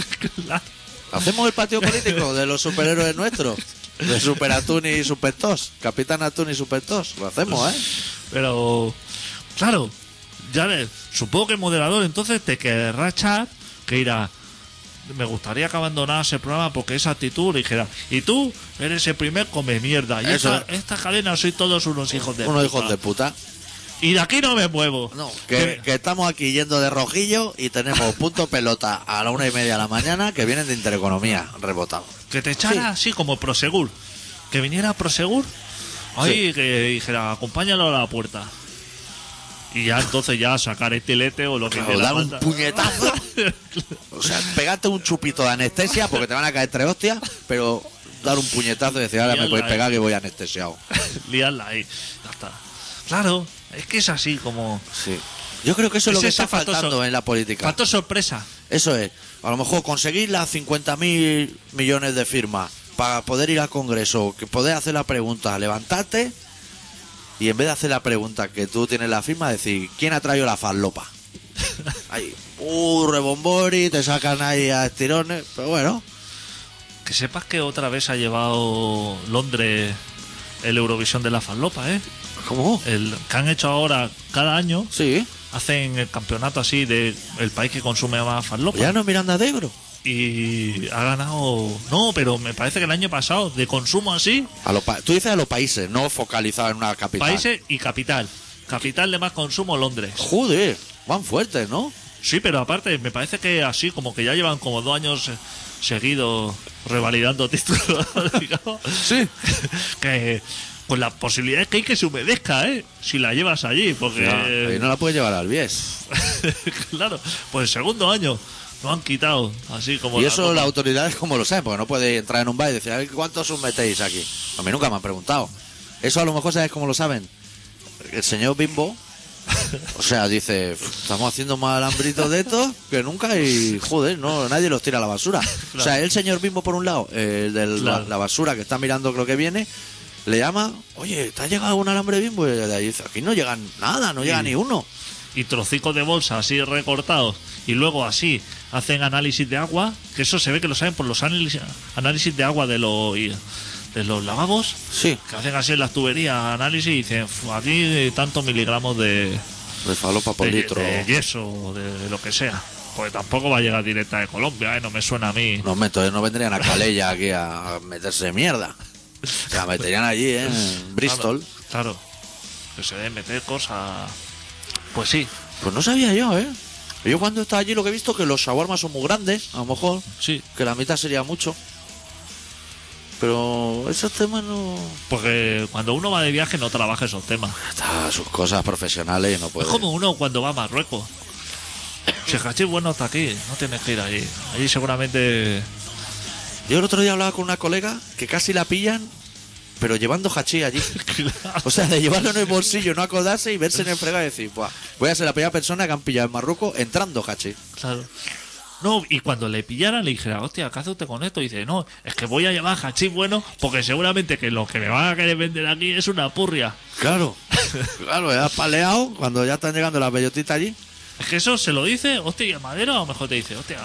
[SPEAKER 2] Claro.
[SPEAKER 1] Hacemos el patio político de los superhéroes nuestros. De Super Atún y Super Tos. Capitán Atún y Super Tos. Lo hacemos, ¿eh?
[SPEAKER 2] *laughs* Pero, claro, ya ves, supongo que el moderador entonces te querrá echar que irá. me gustaría que abandonase el programa porque esa actitud le dijera, y tú eres el primer come mierda. Y
[SPEAKER 1] Eso
[SPEAKER 2] esta, esta cadena soy todos unos hijos de
[SPEAKER 1] Unos
[SPEAKER 2] puta.
[SPEAKER 1] hijos de puta.
[SPEAKER 2] Y de aquí no me muevo.
[SPEAKER 1] No, que, que estamos aquí yendo de rojillo y tenemos punto pelota a la una y media de la mañana que vienen de Intereconomía, rebotado.
[SPEAKER 2] Que te echara así como Prosegur. Que viniera Prosegur. Ahí que dijera, acompáñalo a la puerta. Y ya entonces ya sacar estilete o lo que
[SPEAKER 1] Claro,
[SPEAKER 2] te la
[SPEAKER 1] dar un
[SPEAKER 2] manda.
[SPEAKER 1] puñetazo. O sea, pegarte un chupito de anestesia porque te van a caer tres hostias, pero dar un puñetazo y decir, ahora me
[SPEAKER 2] Mierda,
[SPEAKER 1] podéis
[SPEAKER 2] eh.
[SPEAKER 1] pegar que voy anestesiado.
[SPEAKER 2] *laughs* Liarla ahí. Ya está. Claro, es que es así como.
[SPEAKER 1] Sí. Yo creo que eso es lo
[SPEAKER 2] Es
[SPEAKER 1] que
[SPEAKER 2] ese
[SPEAKER 1] está
[SPEAKER 2] factor
[SPEAKER 1] faltando
[SPEAKER 2] sor-
[SPEAKER 1] en la política.
[SPEAKER 2] Factor sorpresa.
[SPEAKER 1] Eso es. A lo mejor conseguir las 50.000 millones de firmas para poder ir al Congreso, que poder hacer la pregunta, levantarte y en vez de hacer la pregunta que tú tienes la firma, decir, ¿quién ha traído la farlopa? Ahí, uh, rebombori, te sacan ahí a estirones, pero bueno,
[SPEAKER 2] Que sepas que otra vez ha llevado Londres el Eurovisión de la Farlopa, ¿eh?
[SPEAKER 1] ¿cómo?
[SPEAKER 2] El que han hecho ahora cada año.
[SPEAKER 1] Sí,
[SPEAKER 2] Hacen el campeonato así de el país que consume más farlopa.
[SPEAKER 1] pues ya no es Miranda de Ebro.
[SPEAKER 2] y ha ganado. No, pero me parece que el año pasado, de consumo así,
[SPEAKER 1] A los pa- tú dices a los países, no focalizado en una capital.
[SPEAKER 2] países y capital. Capital de más consumo, Londres.
[SPEAKER 1] Joder, van fuertes, ¿no?
[SPEAKER 2] Sí, pero aparte, me parece que así, como que ya llevan como dos años eh, seguidos revalidando *laughs* títulos, digamos.
[SPEAKER 1] Sí.
[SPEAKER 2] *laughs* que con la posibilidad es que hay que se humedezca, ¿eh? Si la llevas allí, porque.
[SPEAKER 1] y no la puedes llevar al bies.
[SPEAKER 2] *laughs* claro, pues el segundo año lo han quitado, así como.
[SPEAKER 1] Y
[SPEAKER 2] la
[SPEAKER 1] eso
[SPEAKER 2] copa.
[SPEAKER 1] las autoridades como lo saben, porque no puede entrar en un bar y decir, a ver, ¿cuántos os metéis aquí? A mí nunca me han preguntado. Eso a lo mejor sabes cómo lo saben. El señor Bimbo, o sea, dice, estamos haciendo más alambritos de estos que nunca y, joder, no, nadie los tira a la basura. O sea, el señor Bimbo por un lado, el de la-
[SPEAKER 2] Claro.
[SPEAKER 1] la, basura que está mirando lo que viene, le llama, oye, ¿te ha llegado un alambre Bimbo? Y de ahí dice, aquí no llegan nada, no llega
[SPEAKER 2] Sí.
[SPEAKER 1] ni uno.
[SPEAKER 2] y trocicos de bolsa así recortados y luego así hacen análisis de agua, que eso se ve que lo saben por los análisis, análisis de agua de los, de los lavabos,
[SPEAKER 1] Sí,
[SPEAKER 2] que hacen así en las tuberías análisis y dicen, "Fu, aquí eh, tantos miligramos de,
[SPEAKER 1] de falopa por
[SPEAKER 2] de-
[SPEAKER 1] litro.
[SPEAKER 2] de yeso o de, de lo que sea. Porque tampoco va a llegar directa de Colombia, ¿eh? no me suena a mí.
[SPEAKER 1] No, entonces no vendrían a Calella aquí a meterse mierda. La meterían allí, ¿eh? en Bristol.
[SPEAKER 2] Claro, claro. que se deben meter cosas... Pues sí,
[SPEAKER 1] Pues no sabía yo, ¿eh? Yo cuando estaba allí lo que he visto que los shawarmas son muy grandes, a lo mejor,
[SPEAKER 2] sí.
[SPEAKER 1] que la mitad sería mucho. Pero esos temas no...
[SPEAKER 2] Porque cuando uno va de viaje no trabaja esos temas.
[SPEAKER 1] Está a sus cosas profesionales y no puede...
[SPEAKER 2] Es como uno cuando va a Marruecos. Si el cachis bueno está aquí, no tienes que ir allí. Allí *laughs* seguramente.
[SPEAKER 1] Yo el otro día hablaba con una colega que casi la pillan, pero llevando hachí allí. O sea, de llevarlo en el bolsillo, no acordarse y verse en el fregado y decir, "Buah, voy a ser la primera persona que han pillado en Marruecos entrando hachí.
[SPEAKER 2] Claro. No, y cuando le pillaran le dijera, hostia, ¿qué hace usted con esto? Y dice, no, es que voy a llevar hachís bueno porque seguramente que lo que me van a querer vender aquí es una purria.
[SPEAKER 1] Claro, claro, ya has paleado cuando ya están llegando las bellotitas allí.
[SPEAKER 2] Es que eso se lo dice, hostia, y a Madero a lo mejor te dice, hostia,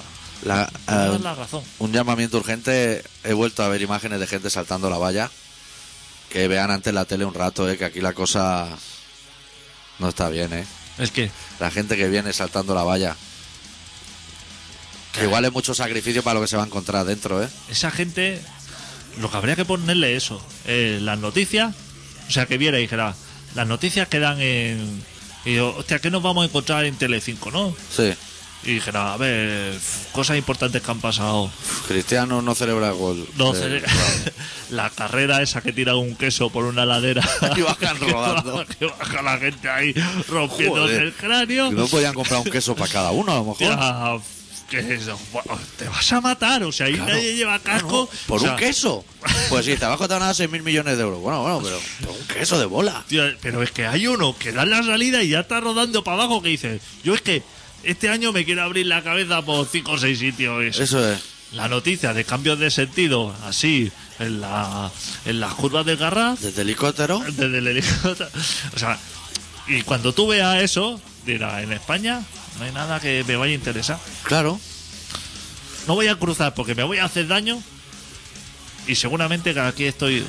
[SPEAKER 1] La-
[SPEAKER 2] no
[SPEAKER 1] eh,
[SPEAKER 2] das la razón.
[SPEAKER 1] un llamamiento urgente, he vuelto a ver imágenes de gente saltando la valla. Que vean antes la tele un rato, eh, que aquí la cosa no está bien, eh.
[SPEAKER 2] ¿El qué?
[SPEAKER 1] La gente que viene saltando la valla. Que igual es mucho sacrificio para lo que se va a encontrar dentro, eh.
[SPEAKER 2] Esa gente, lo que habría que ponerle eso, eh, las noticias, o sea, que viera y dijera, las noticias quedan en... Y yo, hostia, ¿qué nos vamos a encontrar en Telecinco, no?
[SPEAKER 1] Sí.
[SPEAKER 2] Y dijera, a ver, f- cosas importantes que han pasado.
[SPEAKER 1] Cristiano no celebra el gol.
[SPEAKER 2] No
[SPEAKER 1] Sí.
[SPEAKER 2] sé, *laughs* la carrera esa que tira un queso por una ladera.
[SPEAKER 1] *laughs* Y bajan
[SPEAKER 2] *laughs* Que
[SPEAKER 1] rodando.
[SPEAKER 2] baja- Que baja la gente ahí rompiéndose
[SPEAKER 1] Joder.
[SPEAKER 2] el cráneo.
[SPEAKER 1] No podían comprar un queso para cada uno, a lo mejor.
[SPEAKER 2] Hostia, ¿qué es eso? Buah, Te vas a matar, o sea, ahí
[SPEAKER 1] Claro.
[SPEAKER 2] nadie lleva casco.
[SPEAKER 1] ¿Por
[SPEAKER 2] o sea,
[SPEAKER 1] un queso? Pues sí, te vas a costar nada 6 mil millones de euros. Bueno, bueno, pero por un queso de bola.
[SPEAKER 2] Tío, pero es que hay uno que da la salida y ya está rodando para abajo que dice, yo es que este año me quiero abrir la cabeza por cinco o seis sitios. Es
[SPEAKER 1] Eso es.
[SPEAKER 2] La noticia de cambios de sentido, así, en, la, en las curvas del garras,
[SPEAKER 1] Desde helicóptero.
[SPEAKER 2] desde el helicóptero. O sea, y cuando tú veas eso, dirás, en España no hay nada que me vaya a interesar.
[SPEAKER 1] Claro.
[SPEAKER 2] No voy a cruzar porque me voy a hacer daño y seguramente que aquí estoy...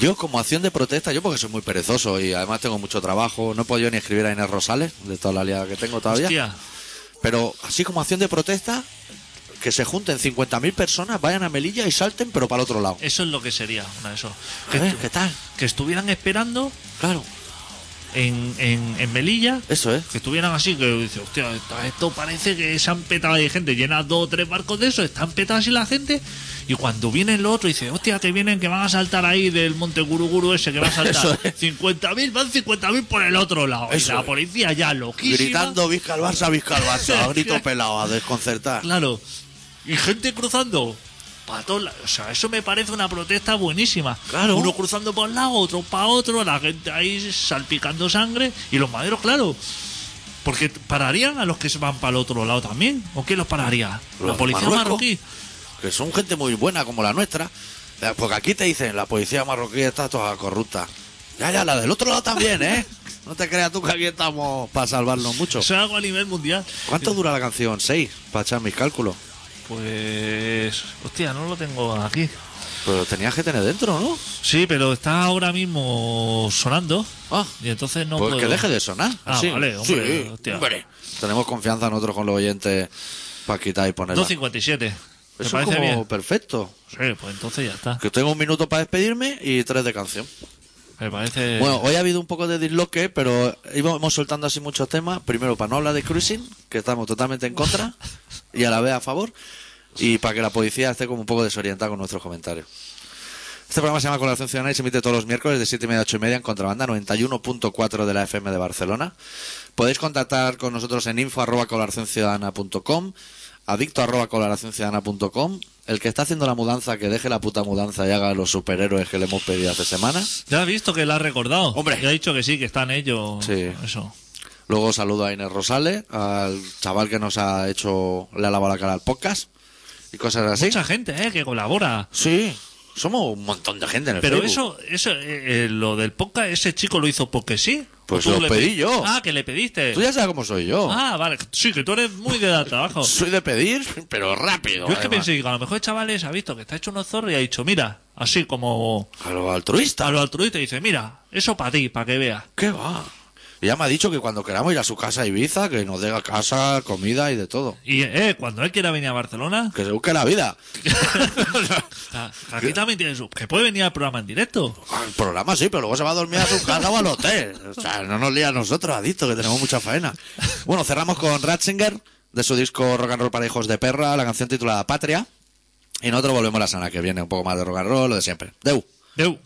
[SPEAKER 1] Yo como acción de protesta, yo porque soy muy perezoso y además tengo mucho trabajo, no he podido ni escribir a Inés Rosales, de toda la liada que tengo todavía.
[SPEAKER 2] Hostia,
[SPEAKER 1] Pero así como acción de protesta, que se junten 50.000 personas, vayan a Melilla y salten, pero para el otro lado.
[SPEAKER 2] Eso es lo que sería una de esos.
[SPEAKER 1] A
[SPEAKER 2] Que,
[SPEAKER 1] ver,
[SPEAKER 2] estu-
[SPEAKER 1] ¿qué tal?
[SPEAKER 2] que estuvieran esperando
[SPEAKER 1] Claro,
[SPEAKER 2] en, en, en Melilla.
[SPEAKER 1] eso es.
[SPEAKER 2] Que estuvieran así, que dice, hostia, esto, esto parece que se han petado ahí gente. Llena dos o tres barcos de eso, están petados y la gente. Y cuando vienen los otros, dice, hostia, que vienen, que van a saltar ahí del monte Guruguru ese, que
[SPEAKER 1] *laughs*
[SPEAKER 2] va a
[SPEAKER 1] Eso
[SPEAKER 2] saltar.
[SPEAKER 1] es.
[SPEAKER 2] 50.000, van 50.000 por el otro lado.
[SPEAKER 1] Eso
[SPEAKER 2] y la
[SPEAKER 1] es.
[SPEAKER 2] policía ya loquísima.
[SPEAKER 1] Gritando Vizca al Barça, Vizca al Barça,
[SPEAKER 2] *laughs*
[SPEAKER 1] a grito pelado, a desconcertar.
[SPEAKER 2] Claro. Y gente cruzando. Para todos lados. O sea, eso me parece una protesta buenísima.
[SPEAKER 1] Claro.
[SPEAKER 2] Uno cruzando para un lado, otro para otro, la gente ahí salpicando sangre. Y los maderos, claro. Porque pararían a los que se van para el otro lado también. ¿O quién los pararía?
[SPEAKER 1] Los
[SPEAKER 2] la policía
[SPEAKER 1] Marruecos.
[SPEAKER 2] marroquí.
[SPEAKER 1] Que son gente muy buena como la nuestra. Eh, Porque aquí te dicen, la policía marroquí está toda corrupta. Ya, ya, la del otro lado también, ¿eh? No te creas tú que aquí estamos para salvarnos mucho.
[SPEAKER 2] Eso es algo a nivel mundial.
[SPEAKER 1] ¿Cuánto dura la canción? ¿Seis? Para echar mis cálculos.
[SPEAKER 2] Pues. Hostia, no lo tengo aquí.
[SPEAKER 1] Pero lo tenías que tener dentro, ¿no?
[SPEAKER 2] Sí, pero está ahora mismo sonando.
[SPEAKER 1] Ah,
[SPEAKER 2] Y entonces no
[SPEAKER 1] pues
[SPEAKER 2] puedo.
[SPEAKER 1] que deje de sonar.
[SPEAKER 2] Ah,
[SPEAKER 1] así.
[SPEAKER 2] vale, hombre,
[SPEAKER 1] Sí,
[SPEAKER 2] hostia.
[SPEAKER 1] hombre. Tenemos confianza nosotros con los oyentes para quitar y poner.
[SPEAKER 2] 2.57. ¿Te
[SPEAKER 1] Eso es
[SPEAKER 2] parece
[SPEAKER 1] como
[SPEAKER 2] bien?
[SPEAKER 1] perfecto.
[SPEAKER 2] Sí, pues entonces ya está.
[SPEAKER 1] Que tengo un minuto para despedirme y tres de canción.
[SPEAKER 2] Me parece.
[SPEAKER 1] Bueno, hoy ha habido un poco de disloque, pero íbamos soltando así muchos temas. Primero, para no hablar de cruising, que estamos totalmente en contra, y a la vez a favor, y para que la policía esté como un poco desorientada con nuestros comentarios. Este programa se llama Colaboración Ciudadana y se emite todos los miércoles de 7 y media a 8 y media en contrabanda 91.4 de la FM de Barcelona. Podéis contactar con nosotros en info arroba colaboracionciudadana.com, adicto arroba colaboracionciudadana.com. El que está haciendo la mudanza, que deje la puta mudanza y haga los superhéroes que le hemos pedido hace semanas.
[SPEAKER 2] Ya has visto que la ha recordado.
[SPEAKER 1] Hombre.
[SPEAKER 2] Ya ha dicho que sí, que están ellos.
[SPEAKER 1] Sí.
[SPEAKER 2] Eso.
[SPEAKER 1] Luego saludo a Inés Rosales, al chaval que nos ha hecho, le ha lavado la cara al podcast y cosas así.
[SPEAKER 2] Mucha gente, ¿eh? Que colabora.
[SPEAKER 1] Sí, somos un montón de gente en el
[SPEAKER 2] Pero
[SPEAKER 1] Facebook.
[SPEAKER 2] eso, eso eh, eh, lo del podcast, ese chico lo hizo porque sí.
[SPEAKER 1] Pues
[SPEAKER 2] ¿O tú
[SPEAKER 1] lo
[SPEAKER 2] le
[SPEAKER 1] pedí
[SPEAKER 2] pedi-
[SPEAKER 1] yo.
[SPEAKER 2] Ah, que le pediste.
[SPEAKER 1] Tú ya sabes cómo soy yo.
[SPEAKER 2] Ah, vale. Sí, que tú eres muy de
[SPEAKER 1] *laughs*
[SPEAKER 2] dar trabajo.
[SPEAKER 1] Soy de pedir, pero rápido.
[SPEAKER 2] Yo es que
[SPEAKER 1] además.
[SPEAKER 2] pensé que a lo mejor el chaval ese ha visto que está hecho unos zorros y ha dicho, mira, así como
[SPEAKER 1] A lo altruista.
[SPEAKER 2] a lo altruista, y dice, mira, eso para ti, para que veas.
[SPEAKER 1] ¿Qué va? Y ya me ha dicho que cuando queramos ir a su casa a Ibiza, que nos dé casa, comida y de todo.
[SPEAKER 2] Y eh, cuando él quiera venir a Barcelona, *laughs*
[SPEAKER 1] Que se busque la vida.
[SPEAKER 2] a- aquí también tiene su. Que puede venir al programa en directo.
[SPEAKER 1] Ah, El programa sí, pero luego se va a dormir a su casa o al hotel. O sea, no nos lía a nosotros, adicto, que tenemos mucha faena. Bueno, cerramos con Ratzinger, de su disco Rock and Roll para hijos de perra, la canción titulada Patria. Y nosotros volvemos la semana que viene, un poco más de rock and roll, lo de siempre. Deu.
[SPEAKER 2] Deu.